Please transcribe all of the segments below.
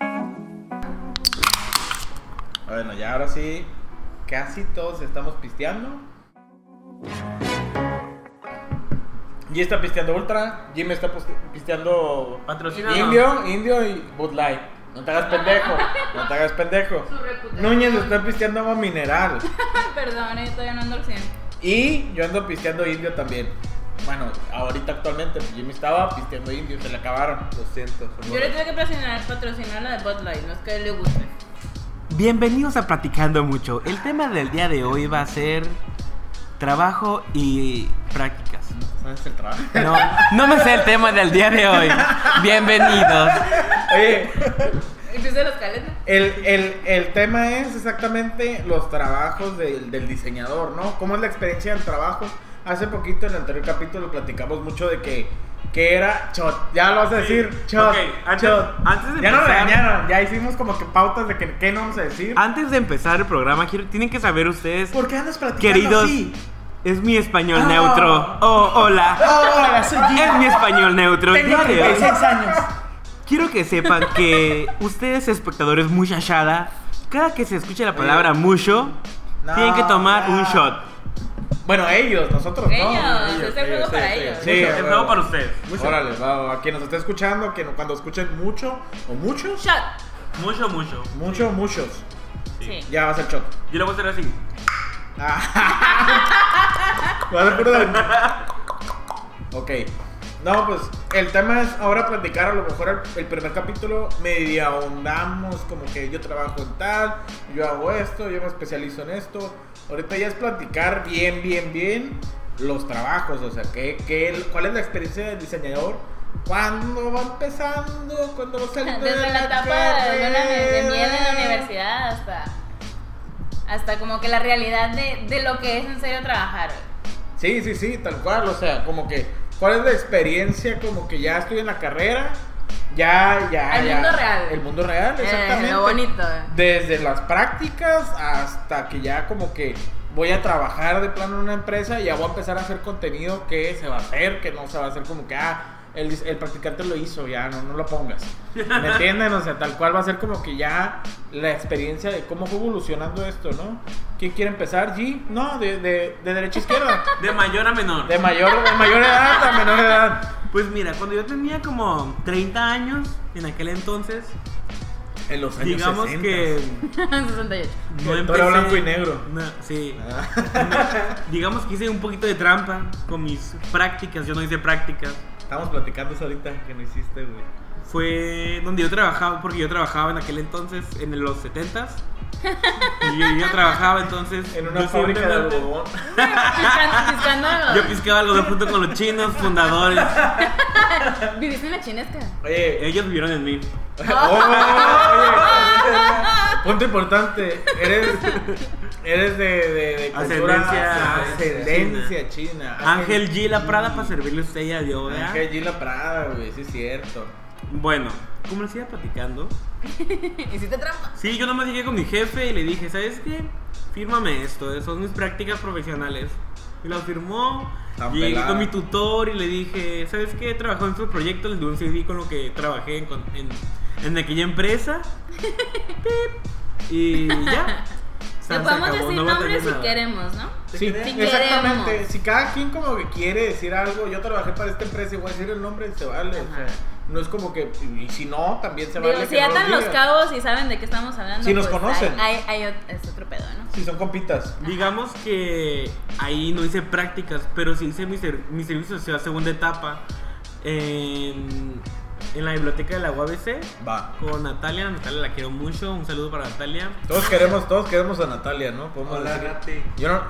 Ah, Bueno, ya ahora sí, casi todos estamos pisteando. Y está pisteando Ultra, Jim está poste- pisteando Patrocínanos. Indio, Indio y Bud Light. No te hagas pendejo, no te hagas pendejo. Su reputación. Núñez está pisteando agua mineral. Perdón, eh, todavía no ando al 100. Y yo ando pisteando Indio también. Bueno, ahorita actualmente Jimmy estaba pisteando Indio, se le acabaron. Lo siento. fue Yo le mal. tuve que patrocinar, patrocinar la de Bud Light, no es que le guste. Bienvenidos a Platicando Mucho. El tema del día de hoy va a ser trabajo y prácticas. ¿Sabes el trabajo? No, no me sé el tema del día de hoy. Bienvenidos. Oye, Empieza los caletas. El, el- el tema es exactamente los trabajos del, del diseñador, ¿no? ¿Cómo es la experiencia del trabajo? Hace poquito en el anterior capítulo platicamos mucho de que, que era shot. Ya lo vas a decir, shot. ok, antes- shot. antes de ya nos empezar- Ah, regañaron, ya hicimos como que pautas de que, qué no vamos a decir. Antes de empezar el programa, quiero- tienen que saber ustedes, ¿Por qué andas platicando queridos, así? es mi español Ah. neutro. Oh, hola. Hola, soy Gina. Es mi español neutro. El Tengo día de hoy 36 años. Quiero que sepan que ustedes, espectadores muchachada, cada que se escuche la palabra Eh. mucho, No, tienen que tomar no. un shot. Bueno, ellos, nosotros no. Ellos, ellos. es el juego ellos, para ellos, ellos. Sí, a Mucho, es huevo. nuevo para ustedes. Mucho. Órale, va, va, va. Quien nos esté escuchando, que cuando escuchen mucho o muchos, Shot. Mucho, mucho. mucho, muchos. Sí. Ya vas al shot. Yo lo voy a hacer así. Vas a perder. Ok. No, pues el tema es ahora platicar. A lo mejor el, el primer capítulo medio ahondamos, como que yo trabajo en tal, yo hago esto, yo me especializo en esto. Ahorita ya es platicar bien, bien, bien los trabajos. O sea, que, que, ¿cuál es la experiencia del diseñador? ¿Cuándo va empezando? ¿Cuándo va saliendo de Desde la etapa de, luna de- de miel en la universidad hasta, hasta como que la realidad de, de lo que es en serio trabajar. Sí, sí, sí, tal cual, o sea, como que, ¿cuál es la experiencia? Como que ya estoy en la carrera, ya, ya, Al ya. mundo real. El mundo real, Eh, exactamente. lo bonito. eh. Desde las prácticas hasta que ya como que voy a trabajar de plano en una empresa y ya voy a empezar a hacer contenido que se va a hacer, que no se va a hacer como que, ah, el, el practicante lo hizo, ya, no, no lo pongas. ¿Me entienden? O sea, tal cual va a ser como que ya la experiencia de cómo fue evolucionando esto, ¿no? ¿Quién quiere empezar? ¿G? No, de, de, de derecha a izquierda. De mayor a menor. De mayor, de mayor edad a menor edad. Pues mira, cuando yo tenía como 30 años, en aquel entonces, En los digamos que 68. no Todo empecé... era blanco y negro. No, sí. Digamos que hice un poquito de trampa con mis prácticas. Yo no hice prácticas. Estamos platicando eso ahorita que no hiciste, güey. Fue donde yo trabajaba, porque yo trabajaba en aquel entonces, en los 70s. Y yo, yo trabajaba entonces... En una yo fábrica de simplemente- algodón. Piscan- piscando- Yo piscaba algodón junto con los chinos, fundadores. Viviste en la chinesca. Oye, Ellos vivieron en mí. oh, oh, oye, punto importante. Eres, eres de, de, de cultura- Ascendencia- ascendencia china. Ángel G. La Prada para servirle a usted y a Dios, ¿verdad? Ángel G. La Prada, güey, sí es cierto. Bueno, como les iba platicando, Hiciste trampa. sí, yo nomás llegué con mi jefe y le Pues, dije, ¿sabes qué? Fírmame esto, son mis prácticas profesionales. Y lo firmó. Tan Llegué pelada. con mi tutor y le dije, ¿sabes qué? Trabajó en su proyecto, les di un CD con lo que trabajé en, con- en- en aquella empresa. Pip. y ya. Le San se podemos acabó, decir no batallé nombres si nada. queremos, ¿no? Sí, Si exactamente. queremos. Si cada quien como que quiere decir algo, yo trabajé para esta empresa y voy a decir el nombre, se vale. O sea, Ajá. no es como que, y si no, también se Digo, vale. que si no lo atan los diga. cabos y saben de qué estamos hablando. Si nos pues, conocen. Hay, hay- hay ot- es otro pedo, ¿no? Si son compitas. Digamos que ahí no hice prácticas, pero sí hice mi, ser- mi servicio social segunda etapa en, en la biblioteca de la UABC Va. con Natalia. Natalia la quiero mucho, un saludo para Natalia. Todos queremos, todos queremos a Natalia, ¿no? Podemos Hola, decir- Nati. Yo no.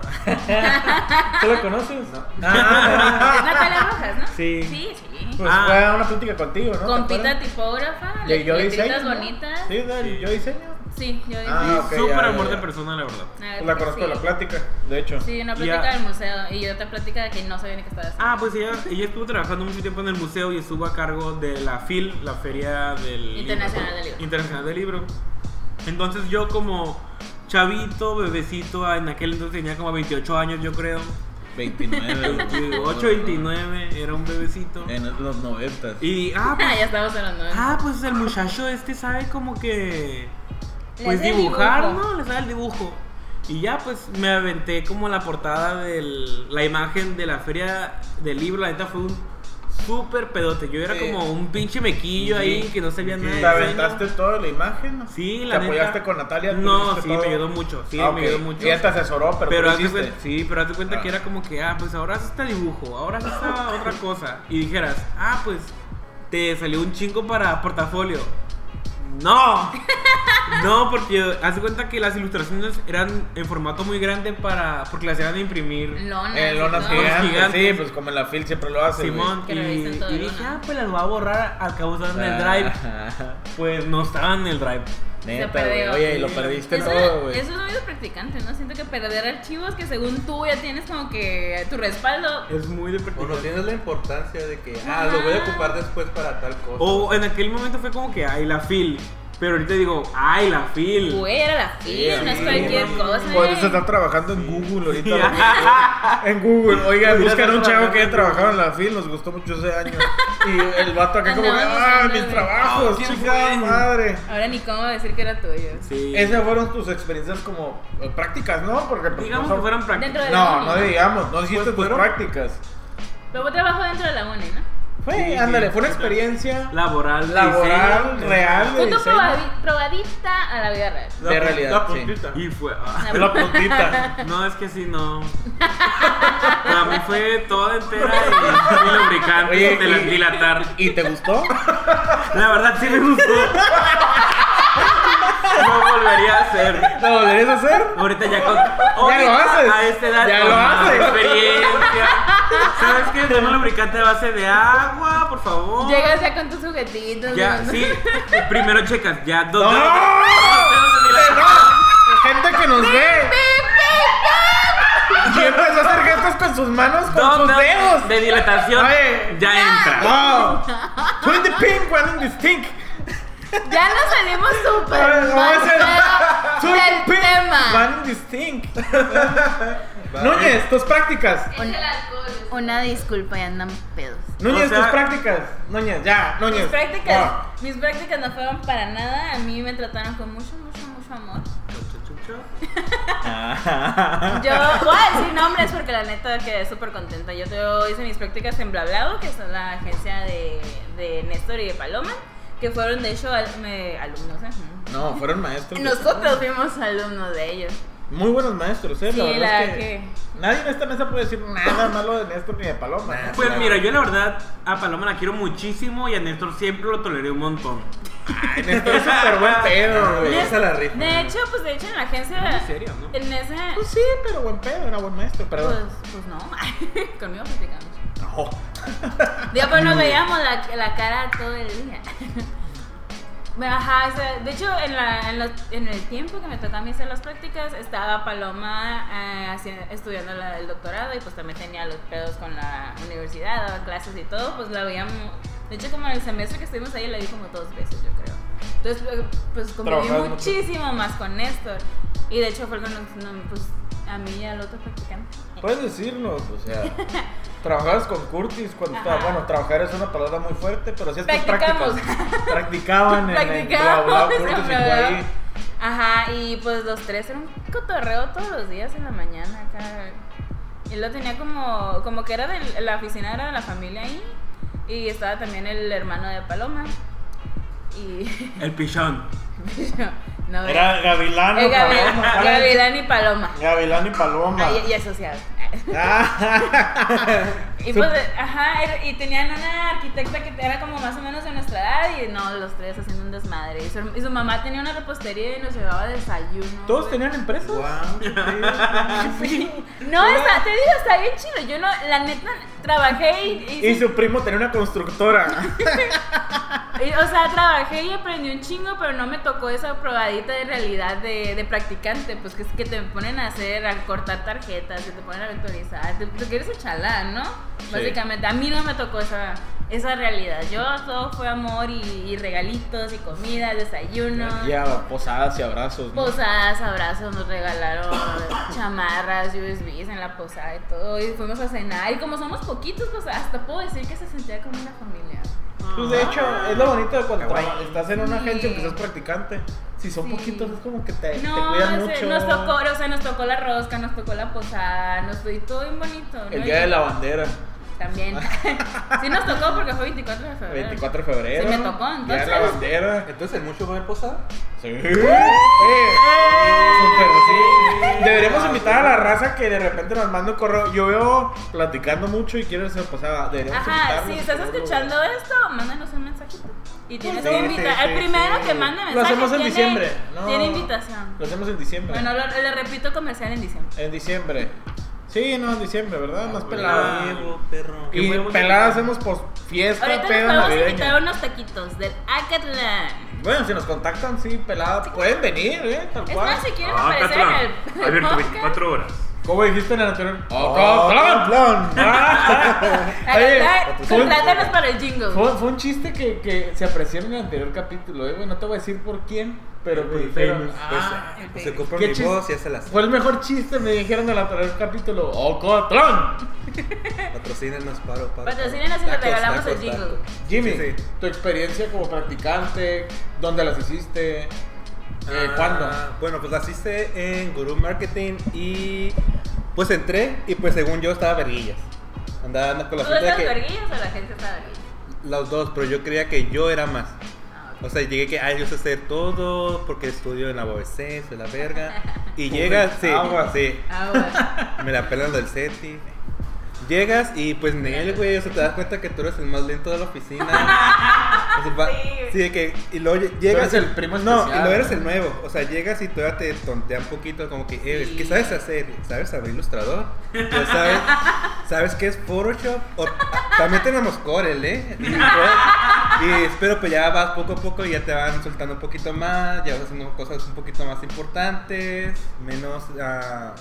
¿Tú la conoces? Ah, No. Es Natalia Rojas, ¿no? Sí. Sí, sí. pues Ah. fue a una plática contigo, ¿no? Compita ¿Te acuerdas? tipógrafa, Y yo diseño. letritas ¿no? bonitas. Sí, dale, Sí. yo diseño. Sí, yo diseño. Ah, ok, Súper ya, amor ya, de ya. persona, la verdad. La Pues verdad la que conozco Ah, sí. la plática, de hecho. Sí, una Ya. plática del museo y otra plática de que no sabía ni qué estaba haciendo. Ah, pues ella, ella estuvo trabajando mucho tiempo en el museo y estuvo a cargo de la FIL, la Feria del Internacional libro, del Libro. Internacional del Libro. Entonces yo como chavito, bebecito, en aquel entonces tenía como 28 años yo creo. 29. 8, 29, era un bebecito. En los 90. Y, ah, Ah, pues, ya estamos hablando. ah, pues el muchacho este sabe como que... pues hace el dibujar, dibujo. ¿no? Les da el dibujo. Y ya pues me aventé como la portada de la imagen de la feria del libro, la neta fue un súper pedote. Yo era Sí. como un pinche mequillo Sí. ahí que no sabía nada. de ¿Te diseño. aventaste toda la imagen? Sí, ¿Te la neta. apoyaste con Natalia? ¿Tú No, hiciste sí, todo? me ayudó mucho. Sí, Ah, me ok. ayudó mucho. Ella te asesoró, pero, Pero tú haz de hiciste. cuenta, sí, pero haz de cuenta Ah. que era como que, ah, pues ahora haz este dibujo, ahora haz esta otra cosa. Y dijeras, ah, pues te salió un chingo para portafolio. No, no, porque haz de cuenta que las ilustraciones eran en formato muy grande para, porque las iban a imprimir. Lonas. Eh, lonas ¿no? gigantes, gigantes. sí, pues como en la fil siempre lo hace. güey. Simón, y, Que lo revisen todo y de dije, una. ah, pues las voy a borrar al cabo de en el drive. Ah, Pues no estaban en el drive. Neta, güey. Se perdió. Oye, y lo perdiste Eso, todo, güey. eso es lo de los practicantes, ¿no? Siento que perder archivos que según tú ya tienes como que tu respaldo. Es muy O no deportivo. tienes la importancia de que, ah, lo voy a ocupar después para tal cosa. O en aquel momento fue como que, ay, la fil. Pero ahorita digo, ay, la fil. Güey, era la fila, no es sí, cualquier güey. cosa. Por eso güey. está trabajando en Google ahorita. en Google. Oiga, Mira, buscan está un chavo que haya trabajando en trabajado en la fil, nos gustó mucho ese año. Y el vato acá como que, Andaba ah, buscando, mis güey. trabajos, Oh, Ah, ¿quién chingada fue? madre. Ahora ni cómo decir que era tuyo. Sí. Esas fueron tus experiencias como eh, prácticas, ¿no? Porque pues, no Digamos que son- fueron prácticas. Dentro de- No, no digamos, no hiciste Pues tus fueron- prácticas. Luego trabajo dentro de la UNE, ¿no? Fue, Sí, ándale, sí. fue una experiencia Laboral. de laboral, diseño. eh, real, de Punto diseño. probabi- probadita a la vida real. La de pu- realidad, La sí. puntita. Y fue. ah, La- La puntita. No, es que sí, no. Para mí fue toda entera y, y lubricante Oye, de la- y- dilatar. ¿Y te gustó? La verdad sí me gustó. No volvería a hacer. ¿Lo volverías a hacer? Ahorita ya con. ahorita lo haces. A esta edad Ya con lo más haces. experiencia. ¿Sabes qué? Tenemos lubricante a base de agua, por favor. Llegas ya con tus juguetitos. Ya, ¿no? sí. Primero checas, ya. Dos ¡No! dedos- dos dedos de dilatar. ¡No! Gente que nos ve. Y empezó a hacer gestos con sus manos, con Dos sus dedos dedos. de dilatación Oye. Ah. ya entra. ¡Wow! Two in the pink, one in the stink. Ya nos A salimos ver, súper vamos a mal hacer- Two pero in the pink, del Pues tema. one in the stink. Va. Núñez, tus prácticas. Una disculpa, ya andan pedos. Núñez, O sea- tus prácticas. Núñez, ya, Núñez. Mis prácticas, Wow. mis prácticas no fueron para nada. A mí me trataron con mucho, mucho, mucho amor. Pues, Yo voy a decir nombres porque la neta quedé súper contenta. Yo te- hice mis prácticas en Blablao, que es la agencia de, de Néstor y de Paloma, que fueron de hecho al- me- alumnos. ¿eh? No, fueron maestros. Nosotros fuimos alumnos de ellos. Muy buenos maestros, ¿eh? Sí, la verdad la es que, que- Nadie en esta mesa puede decir nada malo de Néstor ni de Paloma. ¿eh? Pues La- mira, yo la verdad a Paloma la quiero muchísimo y a Néstor siempre lo toleré un montón. Ay, Néstor es súper buen pedo, güey. Esa la rifa. De hecho, pues de hecho en la agencia. En serio, ¿no? En ese. Pues sí, pero buen pedo, era buen maestro, Pues, perdón. pues no, conmigo platicamos. No. Ya pues nos veíamos la, la cara todo el día. Ajá, o sea, de hecho en, la- en los- en el tiempo que me tocaba a mí hacer las prácticas estaba Paloma eh, haciendo- estudiando la- el doctorado y pues también tenía los pedos con la universidad, daba clases y todo, pues la veíamos, de hecho como en el semestre que estuvimos ahí la vi como dos veces yo creo. Entonces eh, pues conviví Trabajabas mucho. muchísimo más con Néstor y de hecho fue con los- no, pues, a mí y al otro practicante. Puedes decirnos, o sea. Trabajabas con Curtis cuando Ajá. estaba. Bueno, trabajar es una palabra muy fuerte, pero hacías tus Practicamos. prácticas. Practicaban en el bla, Practicamos, bla, en Curtis y bla, fue bla. ahí. Ajá, y pues los tres era un cotorreo todos los días en la mañana acá. Y lo tenía como, como que era de la oficina era de la familia ahí. Y estaba también el hermano de Paloma. Y El pichón. yo, no, Era Gavilán el o Gavilán, Paloma. Ah, Gavilán y Paloma. Gavilán y Paloma. Ah, y, y asociado. Ah. Y pues, ajá, era- y tenían una arquitecta que era como más o menos de nuestra edad y no, los tres haciendo un desmadre. Y su, y su mamá tenía una repostería y nos llevaba desayuno. ¿Todos güey. tenían empresas? Guau, qué No, está, te digo, está bien chido. Yo no, la neta, trabajé y, y- Y su primo tenía una constructora. y, o sea, trabajé y aprendí un chingo, pero no me tocó esa probadita de realidad de, de practicante, pues que es que te ponen a hacer, a cortar tarjetas, que te ponen a vectorizar, te, tú quieres chalar, ¿no? Básicamente, a mí no me tocó esa, esa realidad. Yo todo fue amor y, y regalitos y comida, desayuno. Ya, posadas y abrazos. ¿no? Posadas, abrazos, nos regalaron chamarras, USBs en la posada y todo. Y fuimos a cenar. Y como somos poquitos, pues hasta puedo decir que se sentía como una familia. Pues de hecho, es lo bonito de cuando Kawaii. traba- estás en una Sí. agencia aunque seas practicante. Si son Sí. poquitos, es como que te, te No, cuidan o sea, mucho. nos tocó, o sea, nos tocó la rosca, nos tocó la posada, nos fue todo bien bonito. ¿no? El Y día de la bandera, También. sí nos tocó porque fue 24 de febrero. 24 de febrero. Sí, me tocó, Día de la entonces. bandera. Entonces, ¿el mucho va a haber posada? Sí. Súper, sí. Ah, Deberíamos invitar a la raza que de repente nos manda un correo. Yo veo platicando mucho y quiero hacer pasada. Deberíamos Ajá, invitarlos. si estás escuchando esto, mándanos un mensajito. Y tienes Sí, que sí, invitar. sí, El primero sí. que mande mensaje. Lo hacemos en tiene- diciembre. No. Tiene invitación. Lo hacemos en diciembre. Bueno, lo- le repito comercial en diciembre. En diciembre. Sí, no, en diciembre, ¿verdad? Ah, Ah. Más pelado. perro. ¿Qué Y podemos pelada invitar? hacemos pues fiesta, Ahorita pedo les vamos a navideño. invitar unos taquitos del Acatlán. Bueno, si nos contactan, sí, pelada, pueden venir, ¿eh? Tal Es cual. más, si quieren Ah, aparecer en Catlán. el- el. Abierto podcast, 24 horas. ¿Cómo dijiste en el anterior? Oh, ¡Ocotlán! Ah. Oye, Acatlán, fue un- Contrátanos para el jingle. Fue, fue un chiste que, que se apreció en el anterior capítulo, ¿eh? güey. No te voy a decir por quién, pero me Por dijeron. famous. Ah, Pues, se ocupa ¿Qué mi chis- voz y hace las fue el mejor chiste, me dijeron en el anterior capítulo. "Oh, ¡Ocotlán! patrocínenos, paro, paro. Patrocínenos y les regalamos el jingle. Jimmy, Sí, sí. tu experiencia como practicante, ¿dónde las hiciste? Eh, Ah, ¿Cuándo? Bueno, pues las hice en Guru Marketing y pues entré y pues según yo estaba verguillas. Andaba andaba con la ¿Tú gente de estás que... verguillas o la gente está verguilla? Los dos, pero yo creía que yo era más. Ah, ok. O sea, llegué que, ay, yo sé hacer todo porque estudio en la UABC, soy la verga. Y llegas, sí, Aguas. sí, Ah, bueno. me la pelan del SETI. Llegas y pues Nel, güey, o sea, te das cuenta que tú eres el más lento de la oficina. O sea, va- Sí. sí, de que, y luego lle- llegas. eres el primo No, especial, y luego eres ¿no? el nuevo. O sea, llegas y todavía te tontea un poquito, como que, eh, Sí. ¿qué sabes hacer? ¿Sabes abrir ilustrador? ¿Ya sabes? ¿Sabes qué es Photoshop? O- también tenemos Corel, ¿eh? Y, y espero pues ya vas poco a poco y ya te van soltando un poquito más, ya vas haciendo cosas un poquito más importantes, menos... ah,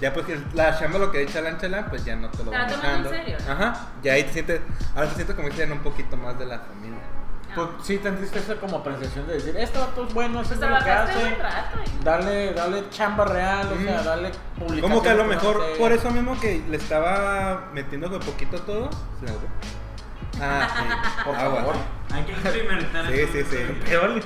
ya pues que la chamba lo que es chalán chalán, pues ya no te lo Te van la toman en dejando. serio. Ajá, ya ahí te sientes, ahora te sientes como que un poquito más de la familia. Pues, sí, sentiste eso como apreciación de decir, esto vato es bueno, esto Pues es lo que trabajaste hace. un rato. y- Dale, dale chamba real, o Ujú. sea, dale publicación. Como que a lo no mejor, sé. por eso mismo que le estaba metiendo de poquito todo. se me ahogó. Ah, sí. Por Agua. favor. Hay que experimentar. Sí, sí, sí. Peor.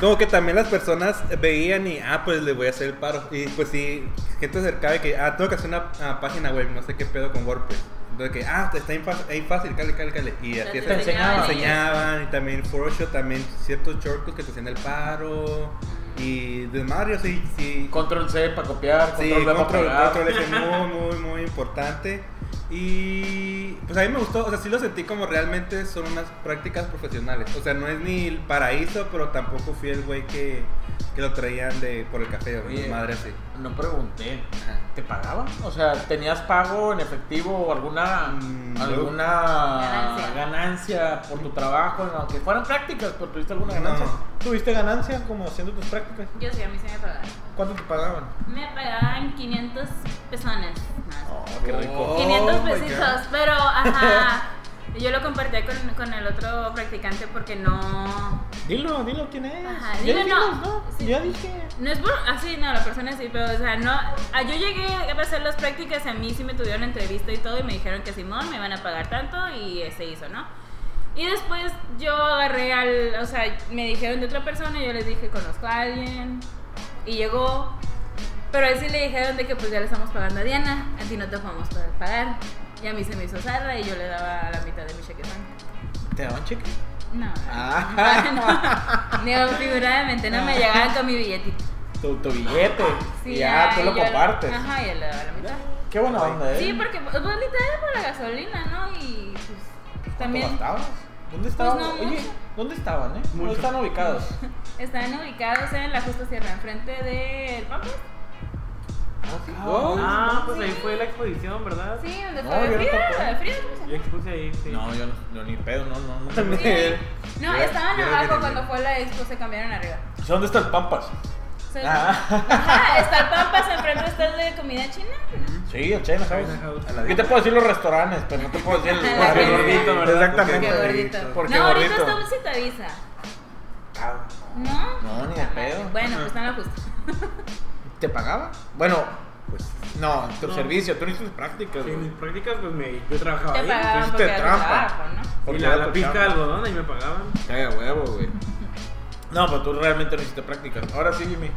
Como que también las personas veían y, ah, pues le voy a hacer el paro. Y pues sí, gente cercana que, ah, tengo que hacer una ah, página web, no sé qué pedo con WordPress. Entonces que, ah, está bien fácil, ahí fácil, cale, cale, cale. Y Ya así te se enseñaban. te enseñaban. Y también Photoshop, también ciertos shortcuts que te hacían el paro. Y de Mario, sí, sí. Control C para copiar, Sí, control V para control, pegar. control F muy, muy, muy importante. Y pues a mí me gustó, o sea, sí lo sentí como realmente son unas prácticas profesionales. O sea, no es ni el paraíso, pero tampoco fui el güey que, que lo traían de por el café, o Oye. madre así. No pregunté. Ajá. ¿Te pagaban? O sea, ¿tenías pago en efectivo o alguna, Mm, alguna ganancia. Ganancia. por tu trabajo? Aunque fueran prácticas, pero tuviste alguna No. ganancia. ¿Tuviste ganancia como haciendo tus prácticas? Yo sí, a mí se me pagaban. ¿Cuánto te pagaban? Me pagaban 500 pesones. Oh, qué rico. Oh, 500 my pesitos, God. pero ajá. Yo lo compartía con, con el otro practicante porque no. Dilo, dilo quién es. Ajá, Ya dilo, dijimos, no. Sí. Ya dije. No es por. Así, no, la persona sí, pero o sea, no. ah, Yo llegué a hacer las prácticas, a mí sí me tuvieron entrevista y todo, y me dijeron que Simón me van a pagar tanto, y eh, se hizo, ¿no? Y después yo agarré al. O sea, me dijeron de otra persona, y yo les dije, conozco a alguien, y llegó. Pero a él sí le dijeron de que pues ya le estamos pagando a Diana, a ti no te vamos a poder pagar. Y a mí se me hizo zarra y yo le daba la mitad de mi chequezón. ¿Te daban cheque? No. Ah. no. Digo, figuradamente no me llegaban con mi billetito. Tu, tu billete. Sí, Y ya, ah, tú lo yo- compartes. Ajá, yo le daba la mitad. Qué buena onda, ¿eh? Sí, porque pues pues, literal para la gasolina, ¿no? Y pues ¿También? también Pues estabas? ¿Dónde estaban? no Oye, mucho. ¿dónde estaban, eh? ¿Dónde Mucho. están ubicados? están ubicados en la Justa Sierra, enfrente del Pampus. Oh. Ah, pues ahí fue la exposición, ¿verdad? Sí, donde No, fue yo no ¿eh? Frida, tampoco. la Frida, ¿cómo se Yo expuse ahí, sí. No, yo, no- yo ni pedo, no, no, no. llama? Sí. No, Yo- estaban yo abajo creo que cuando no. fue la expo, se cambiaron arriba. ¿Dónde está el Pampas? So- Ah. Ajá, está el Pampas, enfrente está el este de comida china. Sí, el China House. China House. A la- Yo te puedo decir los restaurantes, pero no te puedo decir el Porque porque gordito, ¿verdad? Qué Porque- Exactamente. gordito. ¿Por Ah, qué no, ahorita gordito? está en Citavisa. Ah, ¿No? No, ni de pedo. Bueno, pues está en la Justa. ¿Te pagaba? Bueno, pues. No, tu No. servicio, tú necesitas prácticas. En güey. mis prácticas, pues me, yo trabajaba Te ahí. pagaban hiciste porque era tu trampa. trabajo, ¿no? Y Porque la, era la tu pizca de chamba. algodón ahí me pagaban. Caga huevo, güey. No, pero tú realmente necesitas prácticas. Ahora sí, Jimmy.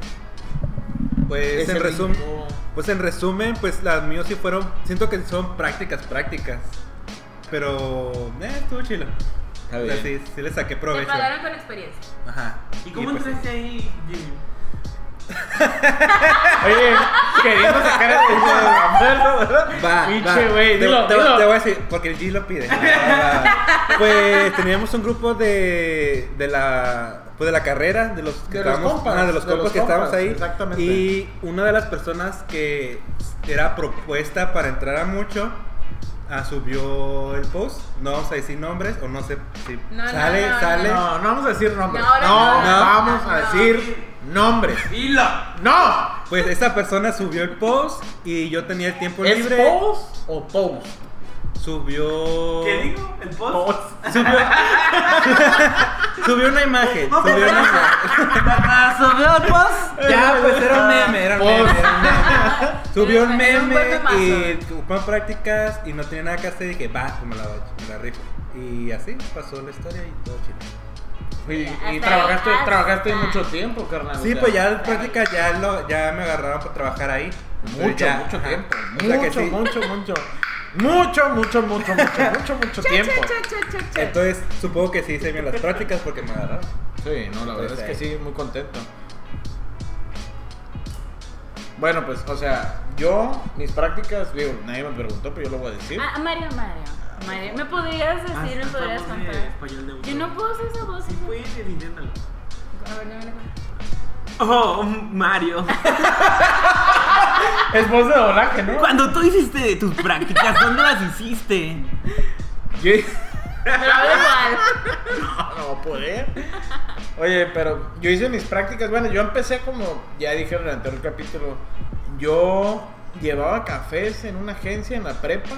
Pues Ese en resumen, ritmo. pues en resumen, pues las míos sí fueron, siento que son prácticas, prácticas. Pero, eh, estuvo chilo. Está O sea, bien. sí, sí le saqué Te provecho. pagaron con experiencia. Ajá. ¿Y cómo pues, entraste ahí, Jimmy? Oye, queriendo sacar el tiempo de Ramberto, ¿verdad? Va, Pinche, va. güey, Te- dilo, te, dilo. te voy a decir, porque el G lo pide. Va, va. Pues teníamos un grupo de, de la pues de la carrera, de los que De los estábamos, compas, ah, de los de los compas que compas, estábamos ahí. exactamente. Y una de las personas que era propuesta para entrar a mucho ah, subió el post. No vamos a decir nombres o no sé si No, no, sale, no, no, sale. No, no vamos a decir nombres. No, ahora No, no. vamos a No. decir nombres. ¡Hila! ¡No! Pues esta persona subió el post y yo tenía el tiempo ¿Es libre. post o post? Subió Oh. ¿Qué digo? ¿El post? Subió, subió una imagen. Subió una imagen. ¿Subió el post? Ya, pues era un meme, era un meme. era un meme. Subió un Era un meme buen memazo. y ocupaban prácticas y no tenía nada que hacer. Y dije, va, pues me la, doy, me la rifo. Y así pasó la historia y todo chido. Y, Hasta y ahí, trabajaste, hasta- trabajaste mucho tiempo, carnal. o Sí, sea, pues ya las prácticas ya, lo- ya me agarraron para trabajar ahí. Entonces Mucho, ya, mucho ajá. tiempo. O sea que Mucho, sí. mucho, mucho. Mucho, mucho, mucho, mucho, mucho, mucho Cha, tiempo. cha, cha, cha, cha, cha. Entonces supongo que sí hice bien las prácticas porque me agarraron. Sí, no, la verdad es que Entonces, sí, muy contento. Bueno, pues, o sea, yo, mis prácticas, digo, nadie me preguntó, pero yo lo voy a decir. Ah, Mario, Mario. Mario, ¿me podrías Ah, decir, me podrías contar? Yo no puedo hacer esa voz. Sí esa- puedes, inténtalo. A ver, dame la cuenta. Oh, Mario. Es voz de doblaje, ¿no? Cuando tú hiciste tus prácticas, ¿dónde las hiciste? Yo... Pero hablo igual. no va a poder. Oye, pero yo hice mis prácticas. Bueno, yo empecé como ya dije en el anterior capítulo. Yo llevaba cafés en una agencia en la prepa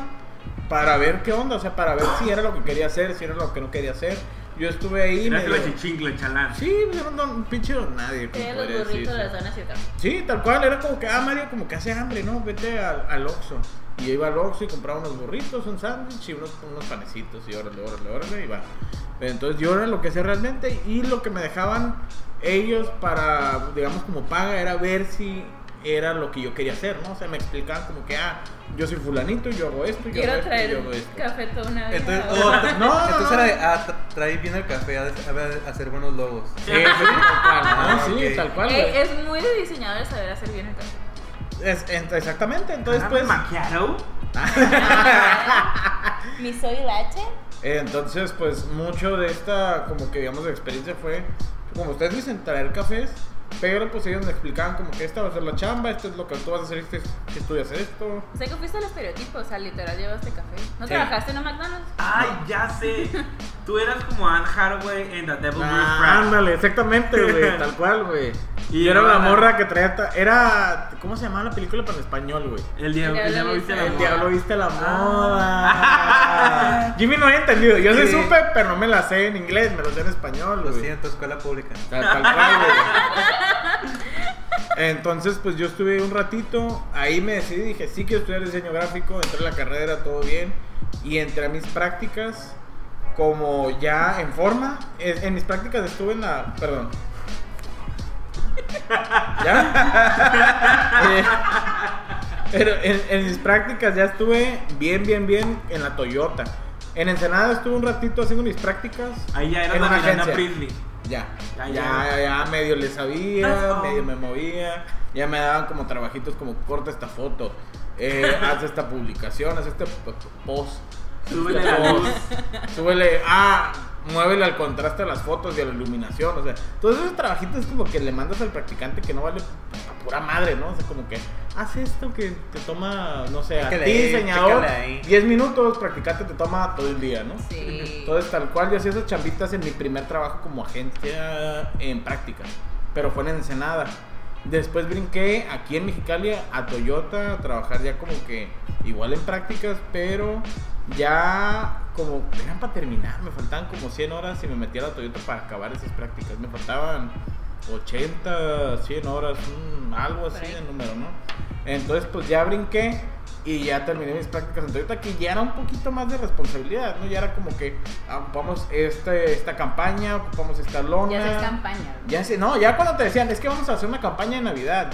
para ver qué onda, o sea, para ver si era lo que quería hacer, si era lo que no quería hacer. Yo estuve ahí. Gracias a medio- la chichincla, chalán. Sí, era un, un pinche don nadie. como Te los podría burritos de decirse. las zonas y acá. Sí, tal cual, era como que, ah, Mario, como que hace hambre, ¿no? Vete al, al Oxxo. Y yo iba al Oxxo y compraba unos burritos, un sándwich y unos, unos panecitos, y órale, órale, órale, y va. Entonces yo era lo que hacía realmente, y lo que me dejaban ellos para, digamos, como paga, era ver si era lo que yo quería hacer, ¿no? O sea, me explicaban como que, ah, yo soy fulanito, yo hago esto, yo Quiero hago esto, yo traer hago esto. café toda una vez. Entonces, ahora. No, oh, no, entonces no. era de, ah, tra- traí bien el café, a, a- a hacer buenos logos. Sí, sí, tal cual, ¿no? Ah, Sí, ok. tal cual. Ey, güey. Eh, es muy de diseñador saber hacer bien el café. Es- en- exactamente, entonces Ah, pues... ¿Maquiaro? Mi soy lache. Entonces, pues mucho de esta, como que digamos, de experiencia fue, como ustedes dicen, traer cafés, pero pues ellos me explicaban como que esta va a ser la chamba, esto es lo que tú vas a hacer, este es- que estudias esto. O sea que fuiste al estereotipo, o sea, literal llevaste café. ¿No Sí. trabajaste en un McDonald's? Ay, ya sé. Tú eras como Anne Hathaway en The Devil Wears Ah, Prada. ándale, exactamente, güey, tal cual, güey. Y Y yo era no, la no. morra que traía, ta- era, ¿cómo se llamaba la película para español, güey? El diablo, el diablo viste la El moda. diablo viste la moda. Jimmy no había entendido, yo sí Sí. supe, pero no me la sé en inglés, me lo sé en español, Lo güey. siento, escuela pública. Tal, tal cual, güey. Entonces, pues yo estuve un ratito, ahí me decidí, dije, sí quiero estudiar diseño gráfico, entré a la carrera, todo bien, y entré a mis prácticas como ya en forma, en, en mis prácticas estuve en la, perdón. ¿Ya? Eh, Pero en, en mis prácticas ya estuve bien, bien, bien en la Toyota. En Ensenada estuve un ratito haciendo mis prácticas. Ahí ya era en la una Miranda agencia. Priestly. Ya, Ya, ya, ya. ya, medio le sabía, That's all. medio me movía, ya me daban como trabajitos como corta esta foto, eh, haz esta publicación, haz este p- p- post, Súbele la luz. súbele, ah, muévele al contraste a las fotos y a la iluminación, o sea, todos esos trabajitos como que le mandas al practicante que no vale a pura madre, ¿no? O sea, como que haz esto que te toma, no sé, a ti Chécale ahí, diseñador, chécale ahí. 10 minutos, practicante te toma todo el día, ¿no? Sí. Entonces, tal cual, yo hacía esas chambitas en mi primer trabajo como agencia en práctica, pero fue en Ensenada. Después brinqué aquí en Mexicali a Toyota a trabajar ya como que igual en prácticas, pero ya como eran para terminar, me faltaban como 100 horas y me metí a la Toyota para acabar esas prácticas. Me faltaban 80, 100 horas, mm, algo así Por ahí. de número, ¿no? Entonces, pues ya brinqué y ya terminé mis prácticas en Toyota, que ya era un poquito más de responsabilidad, ¿no? Ya era como que ah, ocupamos este, esta campaña, ocupamos esta lona. Ya haces campaña. ¿no? Ya sé, no, ya cuando te decían, es que vamos a hacer una campaña de Navidad.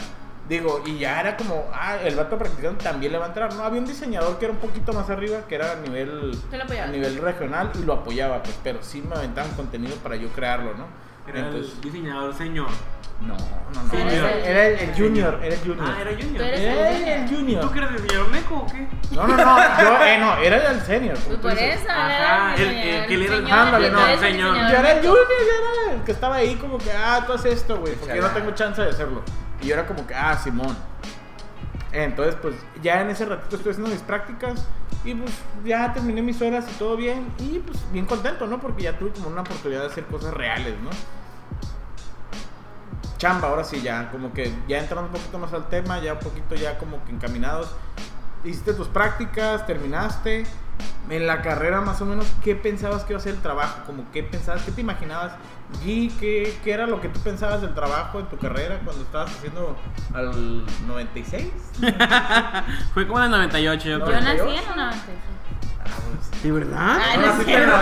Digo, y ya era como, ah, el vato practicando también le va a entrar. No, había un diseñador que era un poquito más arriba, que era a nivel, Tú lo a apoyabas. nivel regional y lo apoyaba, pues, pero sí me aventaban contenido para yo crearlo, ¿no? Era el diseñador señor. Ah, no, no, no. Sí, era, eres el- era el, el junior, era el junior. Ah, era Tú junior. eres Era el el junior. junior. ¿Tú que eres el señor Meco o qué? No, no, no, yo, eh, no, era el senior. como Pues tú por dices. eso, Ajá, era el el- el que le era el- señor, Ándale, tú no, eres el señor. Yo era el Beto. junior, yo era el que estaba ahí como que, ah, tú haces esto, güey, porque yo no tengo chance de hacerlo. Y yo era como que, ah, Simón. Entonces, pues ya en ese ratito estoy haciendo mis prácticas y pues ya terminé mis horas y todo bien. Y pues bien contento, ¿no? Porque ya tuve como una oportunidad de hacer cosas reales, ¿no? Chamba, ahora sí, ya como que ya entrando un poquito más al tema, ya un poquito ya como que encaminados. Hiciste tus prácticas, terminaste. En la carrera más o menos, ¿qué pensabas que iba a ser el trabajo? Como, ¿qué pensabas? ¿Qué te imaginabas? ¿Y qué, qué era lo que tú pensabas del trabajo en tu carrera cuando estabas haciendo al 96? Fue como en el 98, yo No, Yo creo. nací en una base. ¿De verdad? Ay, Ah, no es cierto.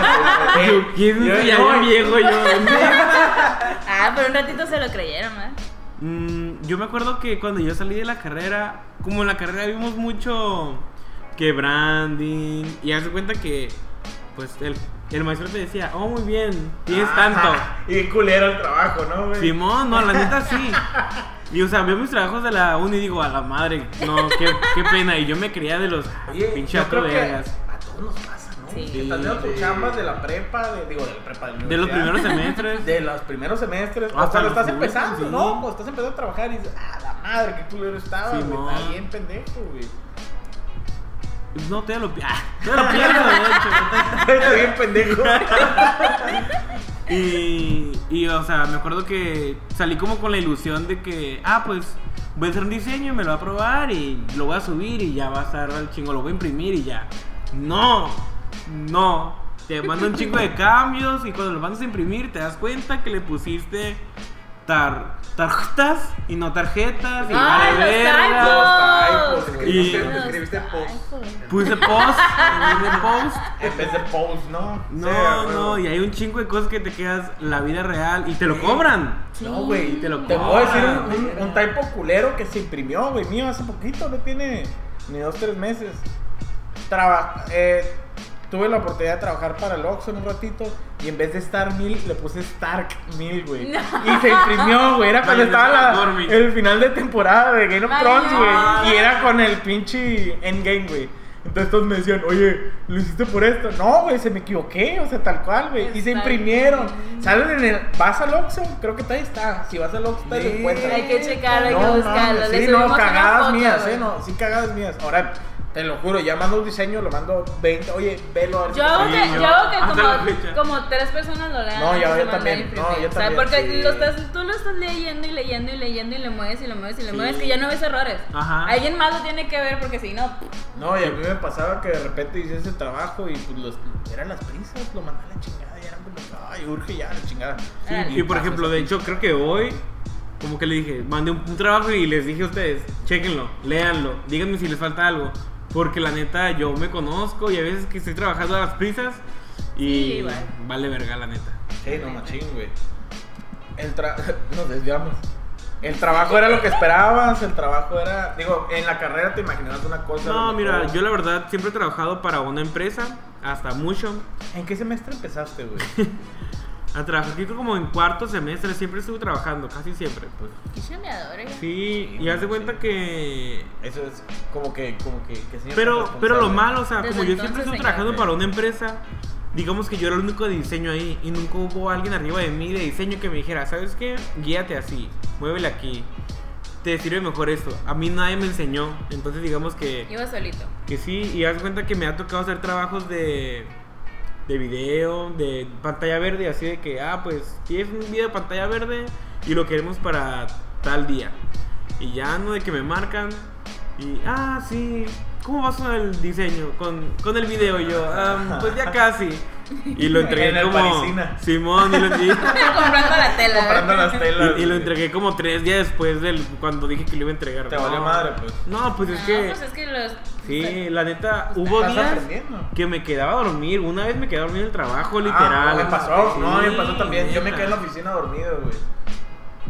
Yo, ¿Quién Yo- es ya yo- bien viejo yo? Ah, pero un ratito se lo creyeron, ¿eh? Mm, yo me acuerdo que cuando yo salí de la carrera, como en la carrera vimos mucho que branding y hace cuenta que pues el, el maestro te decía, "Oh, muy bien, tienes tanto." Y culero el trabajo, ¿no? güey? Simón, no, la neta sí. Y o sea, veo mis trabajos de la uni y digo, a la madre, no, qué, qué pena. Y yo me creía de los Oye, pinche yo creo que vergas. a todos nos pasa, ¿no? Sí. Estás viendo tus Sí. chambas de la prepa, de, digo, de la prepa de, la De los universidad. primeros semestres. De los primeros semestres. Hasta o sea, lo Ah, los estás jueves, empezando, sí. ¿no? Cuando estás empezando a trabajar y dices, ah, la madre, qué culero estaba, güey. Simón. Está bien pendejo, güey. No, te lo, pi- ah, todavía lo pierdo, de hecho. Está bien pendejo. Y, y, o sea, me acuerdo que salí como con la ilusión de que, ah, pues voy a hacer un diseño y me lo voy a probar y lo voy a subir y ya va a estar al chingo, lo voy a imprimir y ya. No, no. Te mando un chingo de cambios y cuando lo mandas a imprimir te das cuenta que le pusiste tar- tarjetas y no tarjetas y ¡Ay, vale verga. los Los typos, typos! güey. Escribiste- Y- escribiste post. Puse post, puse post. En vez de post, ¿no? No, Sí, a huevo. no, y hay un chingo de cosas que te quedas la vida real y te lo cobran. No, güey, te lo Te cobran. puedo decir un, un, un typo culero que se imprimió, güey, mío, hace poquito, no tiene ni dos, tres meses. Traba- eh, tuve la oportunidad de trabajar para el Oxxo en un ratito y en vez de Star 1000 le puse Stark 1000, güey. No. Y se imprimió, güey, era cuando Vale, estaba por la, mí. el final de temporada de Game of Vale. Thrones, güey. Y era con el pinche Endgame, güey. Entonces todos me decían, oye, ¿lo hiciste por esto? No, güey, se me equivoqué, o sea, tal cual, güey. Y se Está imprimieron. bien. Salen en el. ¿Vas al Oxxo? Creo que todavía está. Si vas al Oxxo, te lo Sí. encuentras. Hay que checarlo, hay que No, buscarlo. mames, Le Sí, no, subimos una cagadas foto, mías, güey. eh, no. Sí, cagadas mías. Ahora, te lo juro, ya mando un diseño, lo mando 20. Oye, velo a ver si Yo te hago sale. que, Sí, yo hago que hasta la como, fecha. como tres personas lo lean. No, antes yo- de yo mandar también, el no, primer. yo O sea, también, porque sí. lo estás, tú lo estás leyendo y leyendo y leyendo y le mueves y le mueves y le Sí. mueves que ya no ves errores. Ajá. Alguien más lo tiene que ver porque si no, No, y a mí me pasaba que de repente hice ese trabajo y pues los, eran las prisas, lo mandé a la chingada y eran como que, ay, urge ya la chingada. Ah, Sí, Y, por ejemplo, de hecho, creo que hoy, como que le dije, mandé un, un trabajo y les dije a ustedes, chequenlo, léanlo, díganme si les falta algo. Porque la neta, yo me conozco y a veces que estoy trabajando a las prisas y Sí, igual. vale verga, la neta. Sí, no machín, güey. El tra... Nos desviamos. El trabajo era lo que esperabas, el trabajo era... Digo, en la carrera te imaginabas una cosa. a No, lo mira, mejor. yo la verdad siempre he trabajado para una empresa, hasta mucho. ¿En qué semestre empezaste, güey? A trabajar tipo como en cuarto semestre, siempre estuve trabajando, casi siempre. Pues. qué chambeador, eh. Sí, y haz de cuenta que Eso es como que... Como que, que señor Pero, responsable. pero lo malo, o sea, Desde como yo siempre entonces, estuve señor. trabajando para una empresa, digamos que yo era el único de diseño ahí y nunca hubo alguien arriba de mí de diseño que me dijera, ¿sabes qué? Guíate así, muévele aquí, te sirve mejor esto. A mí nadie me enseñó, entonces digamos que, Iba solito. que sí, y haz cuenta que me ha tocado hacer trabajos de, de video, de pantalla verde, así de que, ah, pues tienes un video de pantalla verde y lo queremos para tal día. Y ya no de que me marcan. Y, ah, sí. ¿Cómo vas con el diseño? Con, con el video Y yo. "Am, ah, pues ya casi. Y lo entregué En como. Alparicina. Simón, y lo, y- Comprando la tela. Comprando ¿verdad? las telas. y- y lo güey. entregué como tres días después del cuando dije que lo iba a entregar. Te No. valió madre, pues. No, pues es No, que. pues es que pues los. Sí, la neta, hubo Estás días aprendiendo. que me quedaba a dormir. Una vez me quedé a dormir en el trabajo, literal. Ah, me pasó, no, me Sí, pasó también. Yo me neta. quedé en la oficina dormido, güey.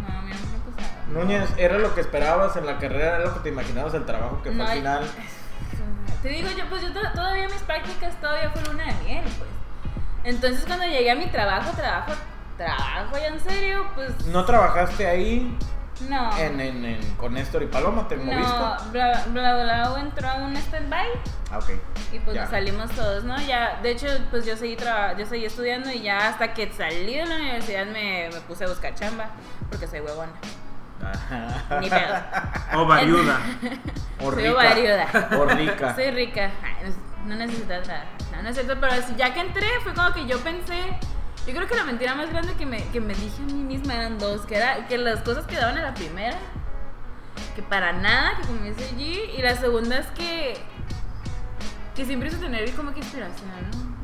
No, mira, no me pasaba. Núñez, era lo que esperabas en la carrera, era lo que te imaginabas el trabajo que fue No, al final. Te digo yo, pues yo to- todavía mis prácticas todavía fue luna de miel, pues. Entonces cuando llegué a mi trabajo, trabajo, trabajo, ya en serio, pues No trabajaste ahí no. en, en, en- con Néstor y Paloma, te no, moviste. bla, bla, bla, entró a un stand-by Ah, ok. y pues Ya. nos salimos todos, ¿no? Ya, de hecho, pues yo seguí, traba- yo seguí estudiando y ya hasta que salí de la universidad me, me puse a buscar chamba, porque soy huevona, Ajá. ni pedo. O variuda. O soy rica. variuda. O rica. Soy rica. Ay, no necesitaba trabajar. No, no es cierto, pero así, ya que entré fue como que yo pensé. Yo creo que la mentira más grande que me, que me dije a mí misma eran dos: que, era, que las cosas quedaban a la primera, que para nada, que comencé allí. Y la segunda es que. que siempre hice tener como que inspiración,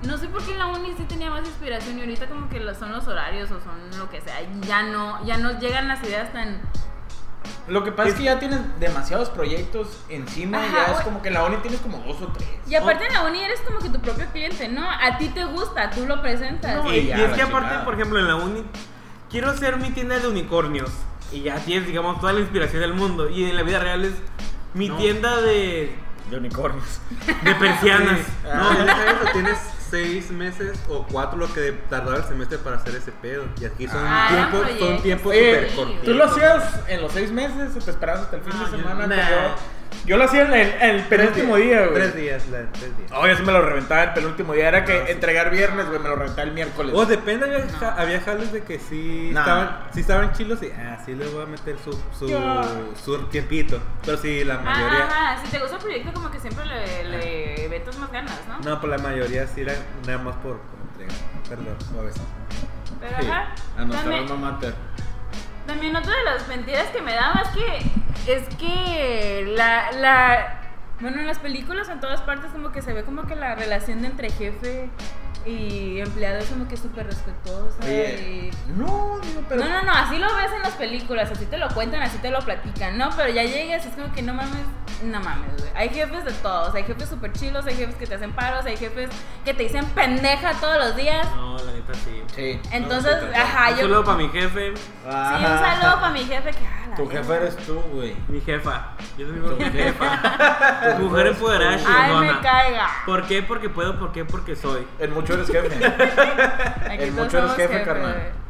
¿no? No sé por qué en la uni sí tenía más inspiración y ahorita como que lo- son los horarios o son lo que sea. y Ya no, ya no llegan las ideas tan. Lo que pasa es que ya tienes demasiados proyectos encima y Ajá, ya es güey. como que en la uni tienes como dos o tres. Y aparte en la uni eres como que tu propio cliente, ¿no? A ti te gusta, tú lo presentas. No, Sí, y, ya, y es que la aparte, chingada. por ejemplo, en la uni, quiero hacer mi tienda de unicornios. Y ya tienes, digamos, toda la inspiración del mundo. Y en la vida real es mi No. tienda de, De unicornios. de persianas. No, ya sabes, lo tienes seis meses o cuatro lo que tardaba el semestre para hacer ese pedo. Y aquí son Ah, eran tiempos, son proyectos. tiempos Oye, súper cortitos. ¿Tú lo hacías en los seis meses o te esperabas hasta el fin No, de yo- semana? nah. anterior? Yo lo hacía en el, en el penúltimo día, güey. Tres días, la, tres días. No, yo sí me lo reventaba el penúltimo día. Era que entregar viernes, güey, me lo reventaba el miércoles. Pues, O depende, había, ja- había jales de que sí, Nah. estaban, sí estaban chilos y ah, sí le voy a meter su, su, Ya. su tiempito. Pero sí, Ah, la mayoría. Ajá, ajá, si te gusta el proyecto, como que siempre le, le metes más ganas, ¿no? No, pues la mayoría sí era nada más por, por entrega. Perdón, o a veces. Pero Sí, ajá. Anotar También, alma mater. también otra de las mentiras que me daba es que. Es que la. la bueno, en las películas en todas partes como que se ve como que la relación de entre jefe y empleado es como que súper respetuosa. Oye, y- no, digo, pero. No, no, no, así lo ves en las películas, así te lo cuentan, así te lo platican, ¿no? Pero ya llegas y es como que no mames, no mames, güey. Hay jefes de todos, hay jefes súper chilos, hay jefes que te hacen paros, hay jefes que te dicen pendeja todos los días. No, la neta sí. Sí. Entonces, no, sí, te- ajá, Un Ah, yo... saludo para mi jefe, Sí, un saludo para mi jefe que... ah, la Tu verga. jefe eres tú, güey. mi jefa. Yo soy mi jefa. Mujer empoderada, Ay, me chingona. caiga. ¿Por qué? Porque puedo, ¿por qué? Porque soy. En mucho eres jefe. Aquí El todos mucho eres somos jefe, jefes, carnal. güey.